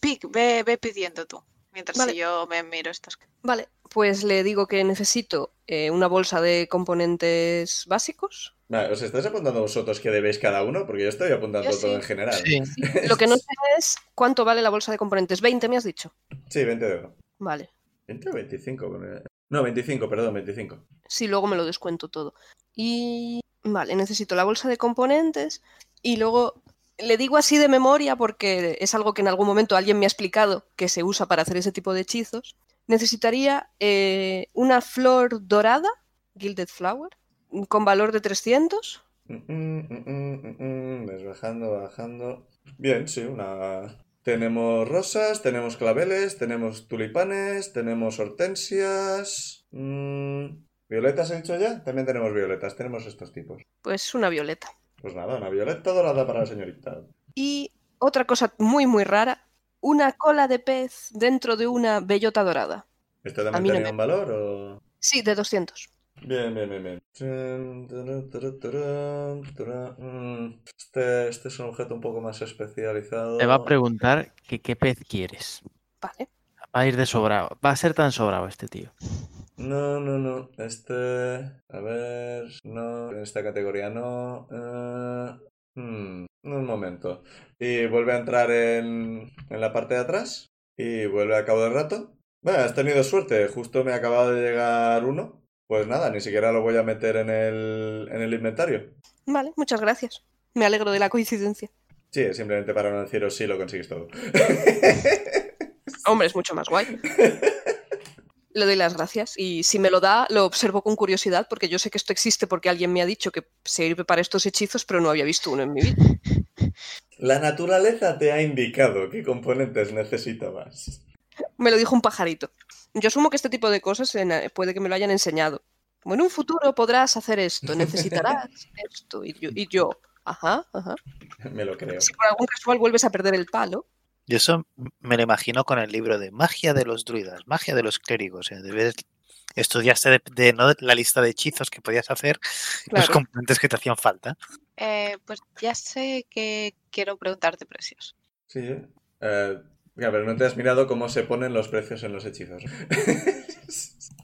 Pic, ve, ve pidiendo tú. Mientras Vale. que yo me miro estos. Vale, pues le digo que necesito eh, una bolsa de componentes básicos. Vale, ¿os estáis apuntando vosotros que debéis cada uno? Porque yo estoy apuntando Yo todo sí. en general. Sí. Lo que no sé es cuánto vale la bolsa de componentes. 20 me has dicho. Sí, 20 de oro. Vale. ¿20 o 25? Bueno, eh, No, 25, perdón, 25. Sí, luego me lo descuento todo. Y vale, necesito la bolsa de componentes y luego le digo así de memoria porque es algo que en algún momento alguien me ha explicado que se usa para hacer ese tipo de hechizos. Necesitaría eh, una flor dorada, Gilded Flower, con valor de 300. Mm, mm, mm, mm, mm, mm, Ves bajando, bajando. Bien, sí, una. Tenemos rosas, tenemos claveles, tenemos tulipanes, tenemos hortensias. mm, ¿Violetas he dicho ya? También tenemos violetas, tenemos estos tipos. Pues una violeta. Pues nada, una violeta dorada para la señorita. Y otra cosa muy, muy rara, una cola de pez dentro de una bellota dorada. ¿Esto A ¿Este también mí tenía no me- un valor o.? Sí, de 200. Bien, bien, bien, bien. Tun, turun, turun, turun, turun, mm. Este, este es un objeto un poco más especializado. Te va a preguntar que qué pez quieres. Vale. Va a ir de sobrado. Va a ser tan sobrado este tío. No, no, no. Este. A ver. No. En esta categoría no. Eh, hmm, Un momento. Y vuelve a entrar en, en la parte de atrás. Y vuelve a cabo del rato. Bueno, has tenido suerte. Justo me ha acabado de llegar uno. Pues nada, ni siquiera lo voy a meter en el, en el inventario. Vale, muchas gracias. Me alegro de la coincidencia. Sí, es simplemente para no deciros si lo consigues todo. Hombre, es mucho más guay. le doy las gracias y si me lo da, lo observo con curiosidad porque yo sé que esto existe porque alguien me ha dicho que sirve para estos hechizos, pero no había visto uno en mi vida. La naturaleza te ha indicado qué componentes necesitabas. Me lo dijo un pajarito. Yo asumo que este tipo de cosas en- puede que me lo hayan enseñado. Como en un futuro podrás hacer esto, necesitarás esto. Y yo, y yo, ajá, ajá. Me lo creo. Si por algún casual vuelves a perder el palo, Yo eso m- me lo imagino con el libro de magia de los druidas, magia de los clérigos. eh, de ver- Estudiaste de, de, ¿no? la lista de hechizos que podías hacer, los Claro. componentes que te hacían falta. Eh, pues ya sé que quiero preguntarte precios. Sí, ¿eh? Eh, mira, pero no te has mirado cómo se ponen los precios en los hechizos.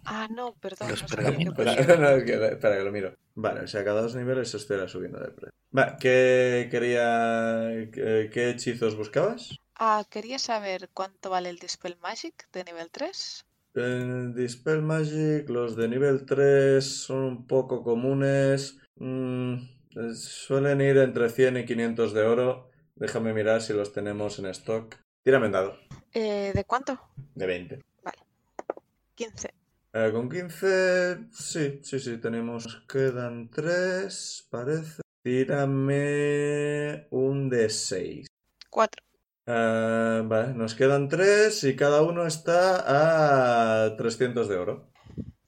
Ah, no, perdón. Los no sabía que pergaminos. podía. Espera, no, es que- espera, que lo miro. Vale, o sea, cada dos niveles esto era subiendo de precio. Vale, ¿qué quería. qué- qué hechizos buscabas? Ah, quería saber cuánto vale el Dispel Magic de nivel 3. En Dispel Magic, los de nivel 3 son un poco comunes. Mm, eh, suelen ir entre 100 y 500 de oro. Déjame mirar si los tenemos en stock. Tírame un dado, Eh, ¿De cuánto? de 20. 15. Eh, con 15, sí, sí, sí, tenemos. Nos quedan 3, parece. Tírame un de 6. 4. vale, nos quedan 3 y cada uno está a 300 de oro.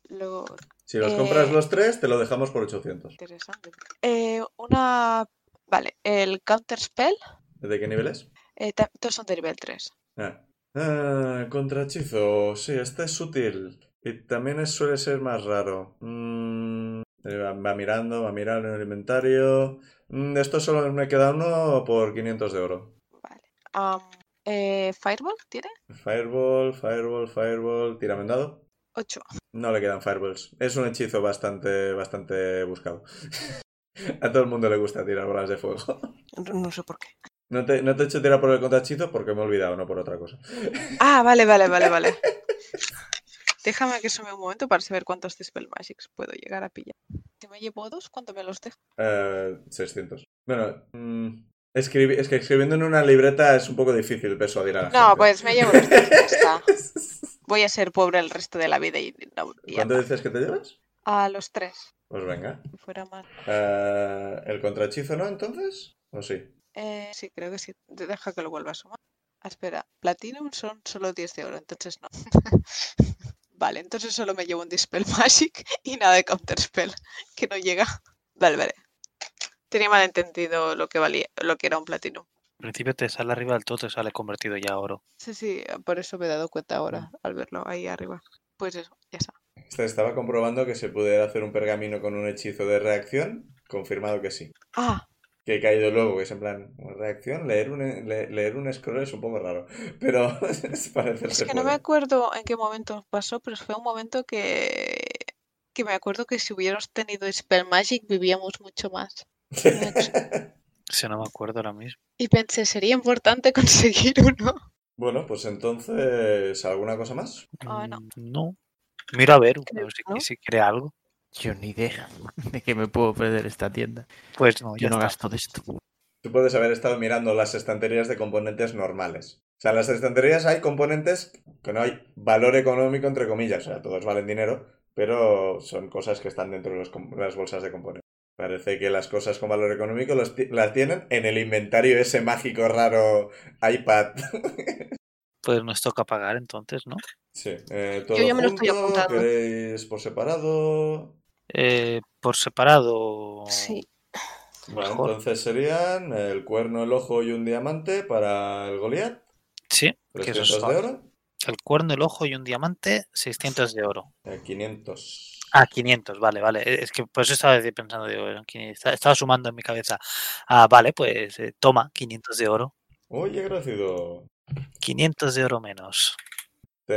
Luego, Si los Eh. compras los 3, te lo dejamos por 800. interesante. Eh, una. Vale, el Counter Spell. ¿De qué nivel es? eh, ta- todos son de nivel 3. Ah. Ah, contrahechizo. Sí, este es sutil. Y también es- suele ser más raro. Mm, eh, va, va mirando, va mirando en el inventario. Mm, de esto solo me queda uno por 500 de oro. Vale. Am, eh, ¿Fireball tiene? Fireball, fireball, fireball. Tírame un dado. 8. No le quedan fireballs. Es un hechizo bastante, bastante buscado. A todo el mundo le gusta tirar bolas de fuego. no sé por qué. No te, no te he hecho tirar por el contrahechizo porque me he olvidado, no por otra cosa. Ah, vale, vale, vale, vale. Déjame que sume un momento para saber cuántos Dispel Magics puedo llegar a pillar. Si me llevo dos, ¿cuánto me los dejo? Eh, 600. Bueno, mm, escribi- es que escribiendo en una libreta es un poco difícil persuadir a la No, gente. pues me llevo los tres, ya está. Voy a ser pobre el resto de la vida y no. y ya ¿Cuánto está. dices que te llevas? A los tres. Pues venga. Si fuera más. Eh, ¿El contrahechizo no, entonces? ¿O sí? Eh, sí, creo que sí. De- Deja que lo vuelva a sumar. Ah, Espera, Platinum son solo 10 de oro, entonces no. vale, entonces solo me llevo un Dispel Magic y nada de Counter Spell, que no llega. Vale, vale. Tenía mal entendido lo que valía, lo que era un Platinum. Al principio te sale arriba del todo, te sale convertido ya a oro. Sí, sí, por eso me he dado cuenta ahora al verlo ahí arriba. Pues eso, ya está. Este estaba comprobando que se pudiera hacer un pergamino con un hechizo de reacción. Confirmado que sí. Ah, Que he caído luego, que es en plan, reacción, leer un, le- leer un scroll es un poco raro. Pero parece es se que no me puede. acuerdo en qué momento pasó, pero fue un momento que, que me acuerdo que si hubiéramos tenido Dispel Magic vivíamos mucho más. Si no me acuerdo ahora mismo. Y pensé, sería importante conseguir uno. Bueno, pues entonces, ¿alguna cosa más? Ah, no. Mm, No. Mira a ver, a Creo ver si, que no. si quiere algo. Yo ni idea de que me puedo perder esta tienda. Pues no, ya Yo no está. gasto de esto. Tú puedes haber estado mirando las estanterías de componentes normales. O sea, en las estanterías hay componentes que no hay valor económico, entre comillas. O sea, todos valen dinero, pero son cosas que están dentro de los com- las bolsas de componentes. Parece que las cosas con valor económico los ti- las tienen en el inventario ese mágico raro iPad. Pues nos toca pagar entonces, ¿no? Sí, eh, todo Yo ya me lo estoy junto, apuntando. ¿Queréis por separado? Eh, por separado. Sí. Bueno, Mejor. entonces serían el cuerno, el ojo y un diamante para el Goliath. Sí, que esos 300 de son oro. El cuerno, el ojo y un diamante, 600 de oro. eh, 500. Ah, 500, vale, vale. Eh, Es que por eso estaba de- pensando, digo, eran 500, estaba- estaba sumando en mi cabeza. Ah, vale, pues eh, toma, 500 de oro. Oye, Gracido. 500 de oro menos.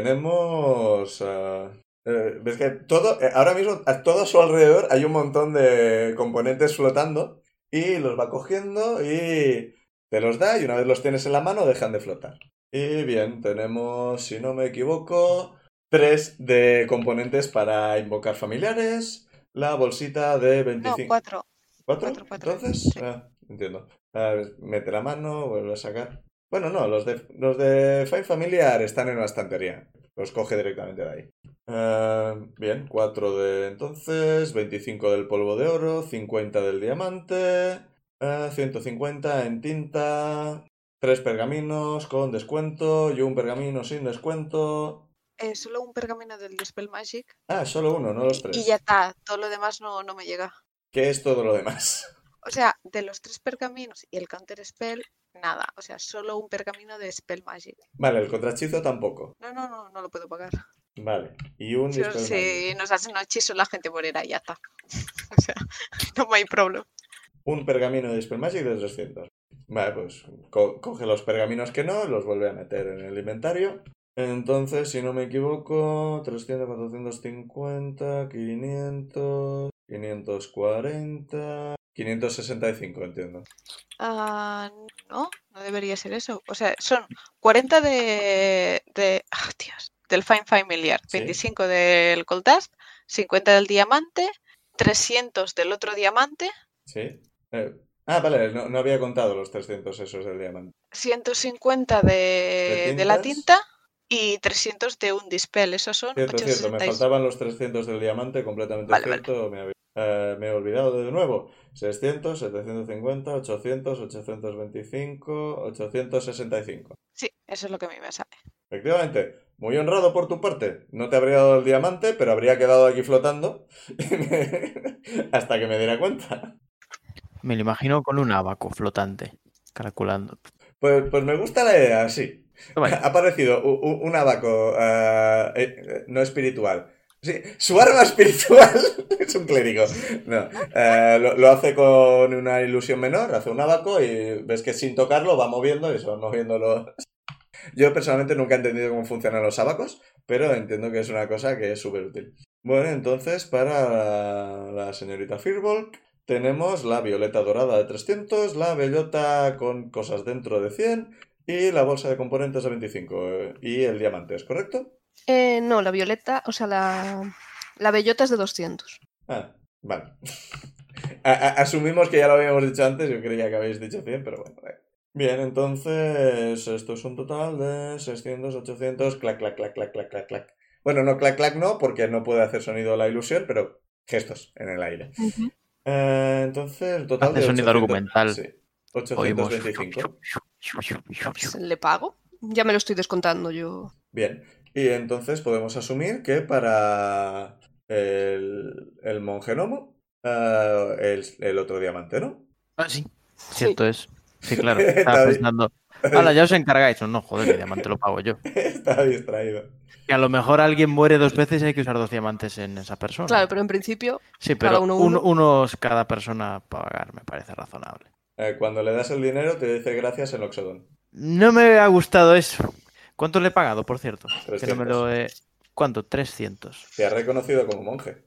Tenemos. ah, eh, ves que todo. eh, ahora mismo, a todo su alrededor hay un montón de componentes flotando. Y los va cogiendo y te los da. Y una vez los tienes en la mano, dejan de flotar. Y bien, tenemos, si no me equivoco, tres de componentes para invocar familiares. La bolsita de No, 25. cuatro. ¿Cuatro? cuatro, cuatro. Entonces, Sí. ah, entiendo. A ver, mete la mano, vuelve a sacar. Bueno, no, los de, los de Fine Familiar están en una estantería. Los coge directamente de ahí. Eh, bien, 4 de entonces, 25 del polvo de oro, 50 del diamante, eh, 150 en tinta, 3 pergaminos con descuento y un pergamino sin descuento. Eh, solo un pergamino del Dispel Magic Ah, solo uno, no los y tres. ya está. Todo lo demás no, no me llega. ¿Qué es todo lo demás? O sea, de los tres pergaminos y el Counter Spell, nada. O sea, solo un pergamino de Spell Magic. Vale, el contrahechizo tampoco. No, no, no, no lo puedo pagar. Vale, y un Si, dispel magic. si nos hacen un hechizo, la gente morirá y ya está. O sea, no hay problema. Un pergamino de Dispel Magic de 300. Vale, pues co- coge los pergaminos que no, los vuelve a meter en el inventario. Entonces, si no me equivoco, 300, 450, 500, 540, 565, entiendo. Ah, no, no debería ser eso. O sea, son 40 de, de ah, Dios, del Fine Familiar, Sí. 25 del Gold Dust, 50 del diamante, 300 del otro diamante, ¿Sí? Eh, ah, vale, no, no había contado los 300 esos del diamante. 150 de, de la tintas? tinta y 300 de un dispel. Esos son Cierto, cierto, me 866. faltaban los 300 del diamante, completamente Vale, vale. cierto. Me, había- eh, me he olvidado de nuevo. 600, 750, 800, 825, 865. Sí, eso es lo que a mí me sale. Efectivamente, muy honrado por tu parte. No te habría dado el diamante, pero habría quedado aquí flotando hasta que me diera cuenta. Me lo imagino con un abaco flotante, calculando. Pues, pues me gusta la idea, sí. Toma ya. Ha aparecido u- u- un abaco ah, eh, eh, no espiritual. Sí, su arma espiritual es un clérigo. No, eh, lo, lo hace con una ilusión menor, hace un abaco y ves que sin tocarlo va moviendo y se van moviendo los... Yo personalmente nunca he entendido cómo funcionan los abacos, pero entiendo que es una cosa que es súper útil. Bueno, entonces para la señorita Firbolg tenemos la violeta dorada de 300, la bellota con cosas dentro de 100, y la bolsa de componentes de 25. eh, Y el diamante, ¿es correcto? Eh, no, la violeta, o sea, la, la bellota es de 200. Ah, vale. A- a- asumimos que ya lo habíamos dicho antes, yo creía que habéis dicho 100, pero bueno. vale. Bien, entonces esto es un total de 600, 800, clac, clac, clac, clac, clac, clac, clac. Bueno, no, clac, clac, no, porque no puede hacer sonido la ilusión, pero gestos en el aire. Eh, entonces, total Hace de sonido 800, argumental. Sí, Oímos. 825. ¿Le pago? Ya me lo estoy descontando yo. Bien, y entonces podemos asumir que para el, el monje gnomo, ah, el, el otro diamante, ¿no? Ah, sí. Cierto es. Sí, claro. Está Estaba bien. pensando. Hala, ya os encargáis. No, joder, mi diamante lo pago yo. Está distraído. Que a lo mejor alguien muere dos veces y hay que usar dos diamantes en esa persona. Claro, pero en principio, sí, pero cada uno uno. un- unos cada persona pagar me parece razonable. Eh, cuando le das el dinero te dice gracias en Oxodon. No me ha gustado eso. ¿Cuánto le he pagado, por cierto? Que no 300. me lo he- ¿Cuánto? 300. Te ha reconocido como monje.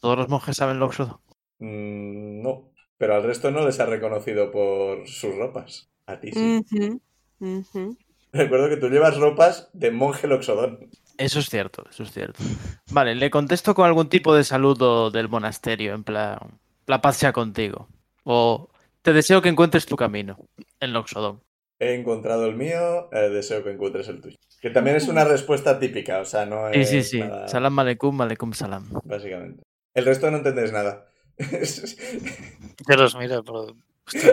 ¿Todos los monjes saben lo Oxodon? Mm, no, pero al resto no les ha reconocido por sus ropas. A ti sí. ujú, ujú. Recuerdo que tú llevas ropas de monje Loxodon. Eso es cierto, eso es cierto. Vale, le contesto con algún tipo de saludo del monasterio, en plan, la paz sea contigo. O te deseo que encuentres tu camino en Loxodon. He encontrado el mío, eh, deseo que encuentres el tuyo. Que también es una respuesta típica, o sea, no Sí, es sí, sí. Pues, nada- Salam aleikum, aleikum salam. básicamente. El resto no entendéis nada. Yo los miro, pero. hostia,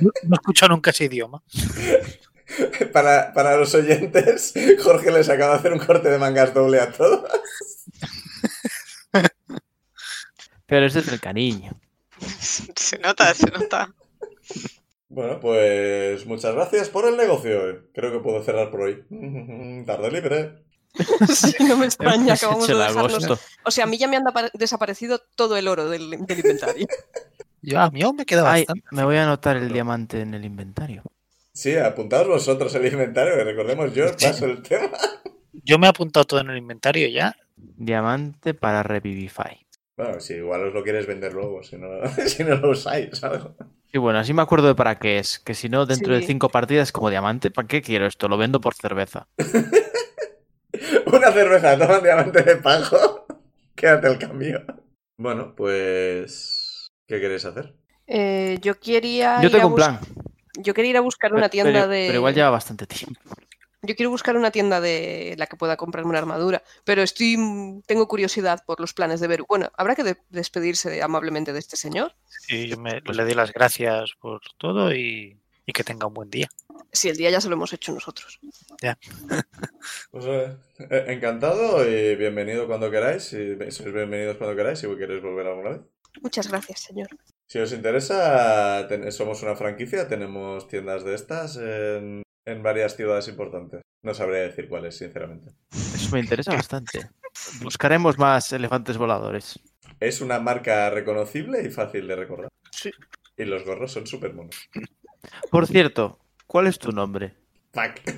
no, no escucho nunca ese idioma. Para, para los oyentes, Jorge les acaba de hacer un corte de mangas doble a todo. Pero ese es el cariño. Se nota, se nota. Bueno, pues muchas gracias por el negocio. Creo que puedo cerrar por hoy. Tarde libre. Sí, no me extraña, Hemos acabamos de hecho el dejarnos- agosto. O sea, a mí ya me han dapa- desaparecido todo el oro del, del inventario. Yo, a mí aún me queda Ay, bastante. me voy a anotar el diamante en el inventario. Sí, apuntaos vosotros el inventario, que recordemos yo paso el tema. Yo me he apuntado todo en el inventario ya. Diamante para Revivify. Bueno, si igual os lo quieres vender luego, si no, si no lo usáis. ¿sabes? Sí, bueno, así me acuerdo de para qué es. Que si no, dentro de Sí. cinco partidas como diamante, ¿para qué quiero esto? Lo vendo por cerveza. Una cerveza, toma un diamante de pajo. Quédate el cambio. Bueno, pues... ¿Qué queréis hacer? Eh, yo quería. Yo ir a tengo un bus- plan. Yo quería ir a buscar una Pero- tienda pero- de. Pero igual lleva bastante tiempo. Yo quiero buscar una tienda de la que pueda comprarme una armadura, pero estoy mm, tengo curiosidad por los planes de Beru. Bueno, habrá que de- despedirse de- amablemente de este señor. Y yo me- le doy las gracias por todo y, y que tenga un buen día. Si el día ya se lo hemos hecho nosotros. Pues, eh, eh, encantado y bienvenido cuando queráis. Y sois bienvenidos cuando queráis si queréis volver alguna vez. Muchas gracias, señor. Si os interesa, ten- somos una franquicia, tenemos tiendas de estas en, en varias ciudades importantes. No sabría decir cuáles, sinceramente. Eso me interesa bastante. Buscaremos más elefantes voladores. Es una marca reconocible y fácil de recordar. Sí. Y los gorros son súper monos. Por cierto, ¿cuál es tu nombre? Fuck.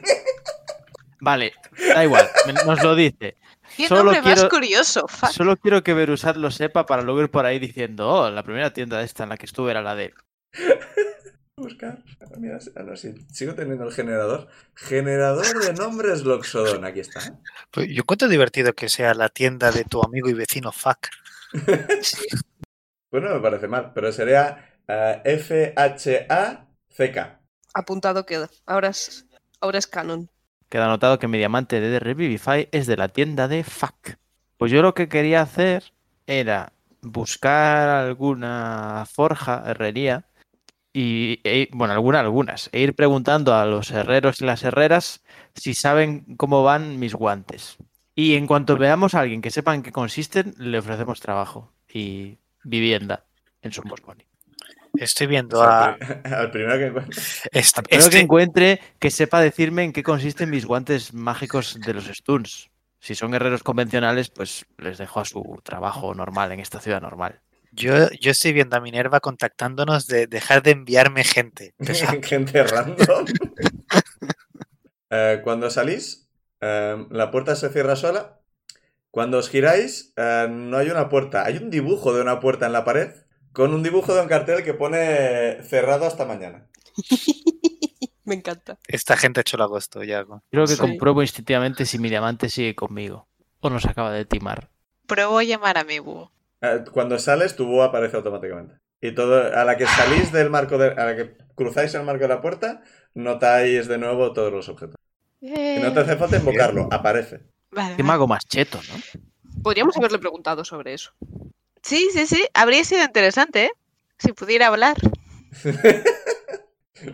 Vale, da igual, me- nos lo dice. Qué Solo nombre más quiero- curioso. Fuck. Solo quiero que Berusat lo sepa para luego ir por ahí diciendo, oh, la primera tienda esta en la que estuve era la de... Buscar. Ah, Mira, ah, no, sí. Sigo teniendo el generador. Generador de nombres Loxodon. Aquí está. Pues yo cuento divertido que sea la tienda de tu amigo y vecino Fuck. Pues no me parece mal, pero sería eh, F-H-A-C-K. Apuntado queda. Ahora es, ahora es canon. Queda anotado que mi diamante de Revivify es de la tienda de Fuck. Pues yo lo que quería hacer era buscar alguna forja, herrería, y, e- bueno, alguna, algunas, e ir preguntando a los herreros y las herreras si saben cómo van mis guantes. Y en cuanto veamos a alguien que sepa en qué consisten, le ofrecemos trabajo y vivienda en su Mosconi. Estoy viendo a. Al pri- al primero que encuentro. Este, Espero que este- encuentre que sepa decirme en qué consisten mis guantes mágicos de los Stuns. Si son guerreros convencionales, pues les dejo a su trabajo normal en esta ciudad normal. yo, yo estoy viendo a Minerva contactándonos de dejar de enviarme gente. pesada. Gente random. Eh, cuando salís, eh, la puerta se cierra sola. Cuando os giráis, eh, no hay una puerta. Hay un dibujo de una puerta en la pared con un dibujo de un cartel que pone cerrado hasta mañana. Me encanta. Esta gente ha hecho el agosto ya. ¿no? Creo que Sí. compruebo instintivamente si mi diamante sigue conmigo o nos acaba de timar. Pruebo a llamar a mi búho. Eh, cuando sales, tu búho aparece automáticamente. Y todo, a la que salís del marco, de- a la que cruzáis el marco de la puerta, notáis de nuevo todos los objetos. Y no te hace falta invocarlo, aparece. Eh, Vale, vale. Qué mago más cheto, ¿no? Podríamos haberle preguntado sobre eso. Sí, sí, sí. Habría sido interesante, ¿eh? Si pudiera hablar.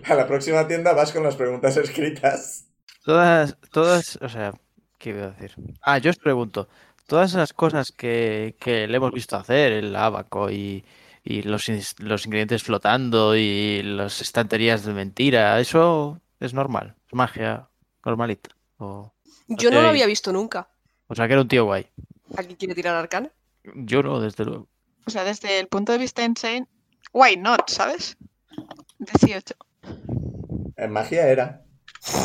A la próxima tienda vas con las preguntas escritas. Todas, todas, o sea, ¿qué iba a decir? Ah, yo os pregunto, todas esas cosas que, que le hemos visto hacer, el abaco y, y los, ins- los ingredientes flotando y las estanterías de mentira, ¿eso es normal? ¿Es magia normalita? O, Yo no Ok. lo había visto nunca. o sea, que era un tío guay. ¿Aquí quiere tirar arcana? Yo no, desde luego. O sea, desde el punto de vista insane, why not, ¿sabes? 18. En Eh, magia era.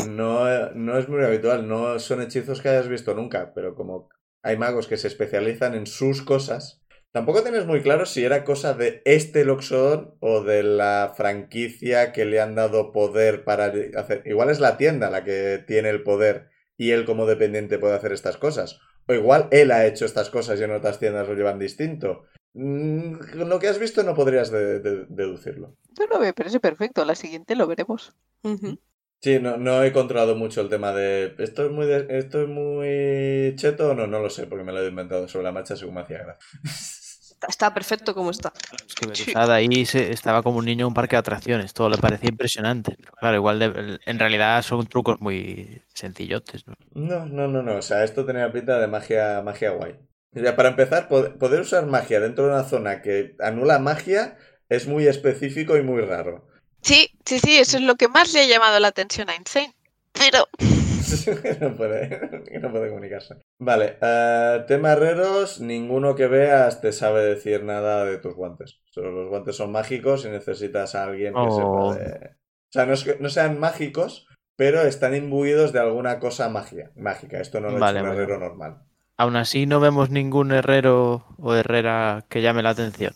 No, no es muy habitual, no son hechizos que hayas visto nunca, pero como hay magos que se especializan en sus cosas, tampoco tienes muy claro si era cosa de este Loxodon o de la franquicia que le han dado poder para hacer. Igual es la tienda la que tiene el poder y él como dependiente puede hacer estas cosas. O igual él ha hecho estas cosas y en otras tiendas lo llevan distinto. Mm, Lo que has visto no podrías de- de- deducirlo. No, no, me parece perfecto. La siguiente lo veremos. Ujú. Sí, no, no he controlado mucho el tema de esto es muy de- esto es muy cheto o no, no lo sé, porque me lo he inventado sobre la marcha según me hacía gracia. Está- Está perfecto como está. Es que Beruzada ahí se- estaba como un niño en un parque de atracciones, todo le parecía impresionante. Pero claro, igual de- en realidad son trucos muy sencillotes, ¿no? No, no, no, no, o sea, esto tenía pinta de magia, magia guay. Ya, para empezar, po- poder usar magia dentro de una zona que anula magia es muy específico y muy raro. Sí, sí, sí. Eso es lo que más le ha llamado la atención a insane. Pero no, puede, no puede comunicarse. Vale, eh, tema herreros, ninguno que veas te sabe decir nada de tus guantes. Solo los guantes son mágicos y necesitas a alguien que Oh. sepa de... O sea, no, es que- no sean mágicos, pero están imbuidos de alguna cosa magia, mágica. Esto no lo Vale, es un vale. herrero normal. Aún así no vemos ningún herrero o herrera que llame la atención.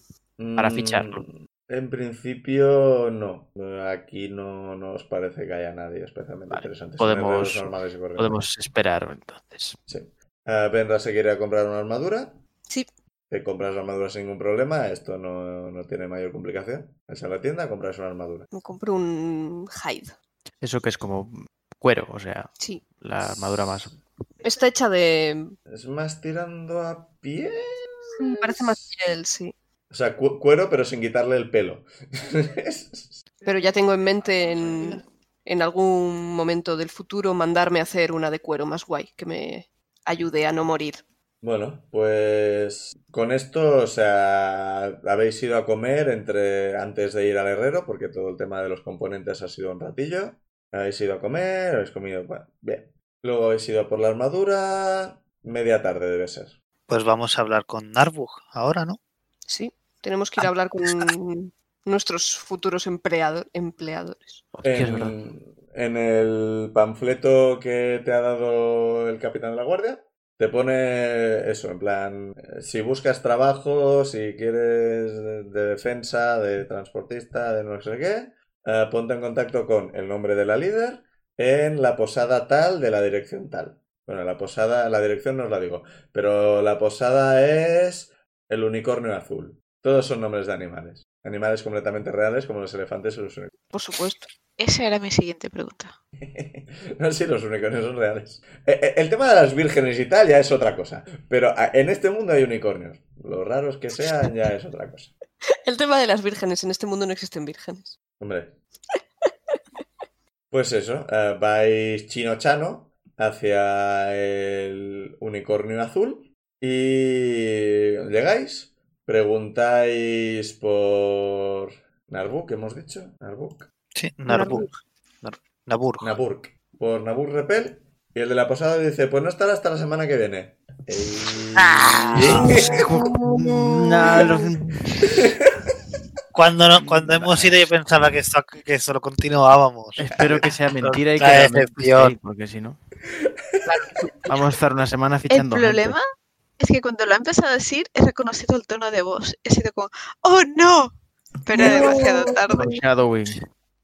Para Mm, ficharlo. En principio, no. Aquí no nos parece que haya nadie especialmente Vale, interesante. podemos- herreros normales y corrientes. Podemos esperar entonces. Ah, Sí. Eh, Benra se quiere comprar una armadura. Sí. Te compras la armadura sin ningún problema, esto no, no tiene mayor complicación. Vas a la tienda, compras una armadura. Me compro un hide. Eso que es como cuero, o sea, Sí. la armadura más. Está hecha de. Es más tirando a pie. Parece más piel, sí. O sea, cu- cuero, pero sin quitarle el pelo. Pero ya tengo en mente en, en algún momento del futuro mandarme a hacer una de cuero más guay que me ayude a no morir. Bueno, pues con esto, o sea, habéis ido a comer entre antes de ir al herrero, porque todo el tema de los componentes ha sido un ratillo. Habéis ido a comer, habéis comido, bueno, bien. Luego habéis ido a por la armadura, media tarde debe ser. Pues vamos a hablar con Narbug ahora, ¿no? Sí. Tenemos que ir a hablar con nuestros futuros empleado- empleadores. Hostia, es verdad. En, en el panfleto que te ha dado el capitán de la guardia, te pone eso, en plan, eh, si buscas trabajo, si quieres de de defensa, de transportista, de no sé qué, eh, ponte en contacto con el nombre de la líder en la posada tal de la dirección tal. Bueno, la posada, la dirección no os la digo, pero la posada es el unicornio azul. Todos son nombres de animales. Animales completamente reales como los elefantes y los unicornios. Por supuesto. Esa era mi siguiente pregunta. No sé si los unicornios son reales. Eh, eh, El tema de las vírgenes y tal ya es otra cosa. Pero ah, en este mundo hay unicornios. Lo raros que sean ya es otra cosa. El tema de las vírgenes. En este mundo no existen vírgenes. Hombre. Pues eso, eh, vais chino-chano hacia el unicornio azul y llegáis, preguntáis por Narbuk, hemos dicho, Narbuk, Sí, Narbug. Nar- Nabur. Naburk, por Nabur Repel y el de la posada dice, pues no estará hasta la semana que viene. Ey. No, los- Cuando, no- Mm, cuando hemos ido yo pensaba que esto, que esto lo continuábamos. Espero que sea mentira y que Otra realmente esté decepción. ahí, porque si no. Vamos a estar una semana El fichando. gente. problema es que cuando lo ha empezado a decir he reconocido el tono de voz. He sido como, ¡oh no! Pero era demasiado tarde. Pues, Shadowing.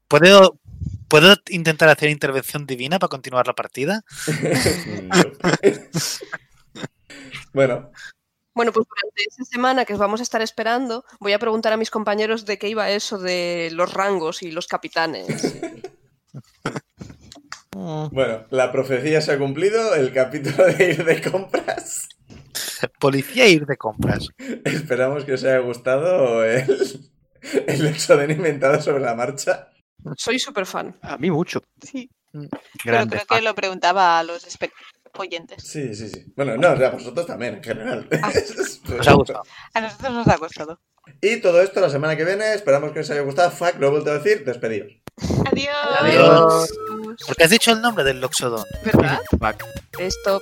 ¿Puedo, ¿Puedo intentar hacer intervención divina para continuar la partida? bueno, Bueno, pues durante esa semana que os vamos a estar esperando, voy a preguntar a mis compañeros de qué iba eso de los rangos y los capitanes. bueno, la profecía se ha cumplido, el capítulo de ir de compras. Policía e ir de compras. Esperamos que os haya gustado el, el exoden inventado sobre la marcha. Soy súper fan. A mí mucho. Sí, pero Grande. creo que lo preguntaba a los espect- oyentes. Sí, sí, sí. Bueno, no, o sea, vosotros también, en general. Ah. Os ha gustado. A nosotros nos ha gustado. Y todo esto la semana que viene, esperamos que os haya gustado. Fuck, lo he vuelto a decir, despedidos. Adiós. Adiós. Porque has dicho el nombre del Loxodon. ¿Verdad? Fuck. Esto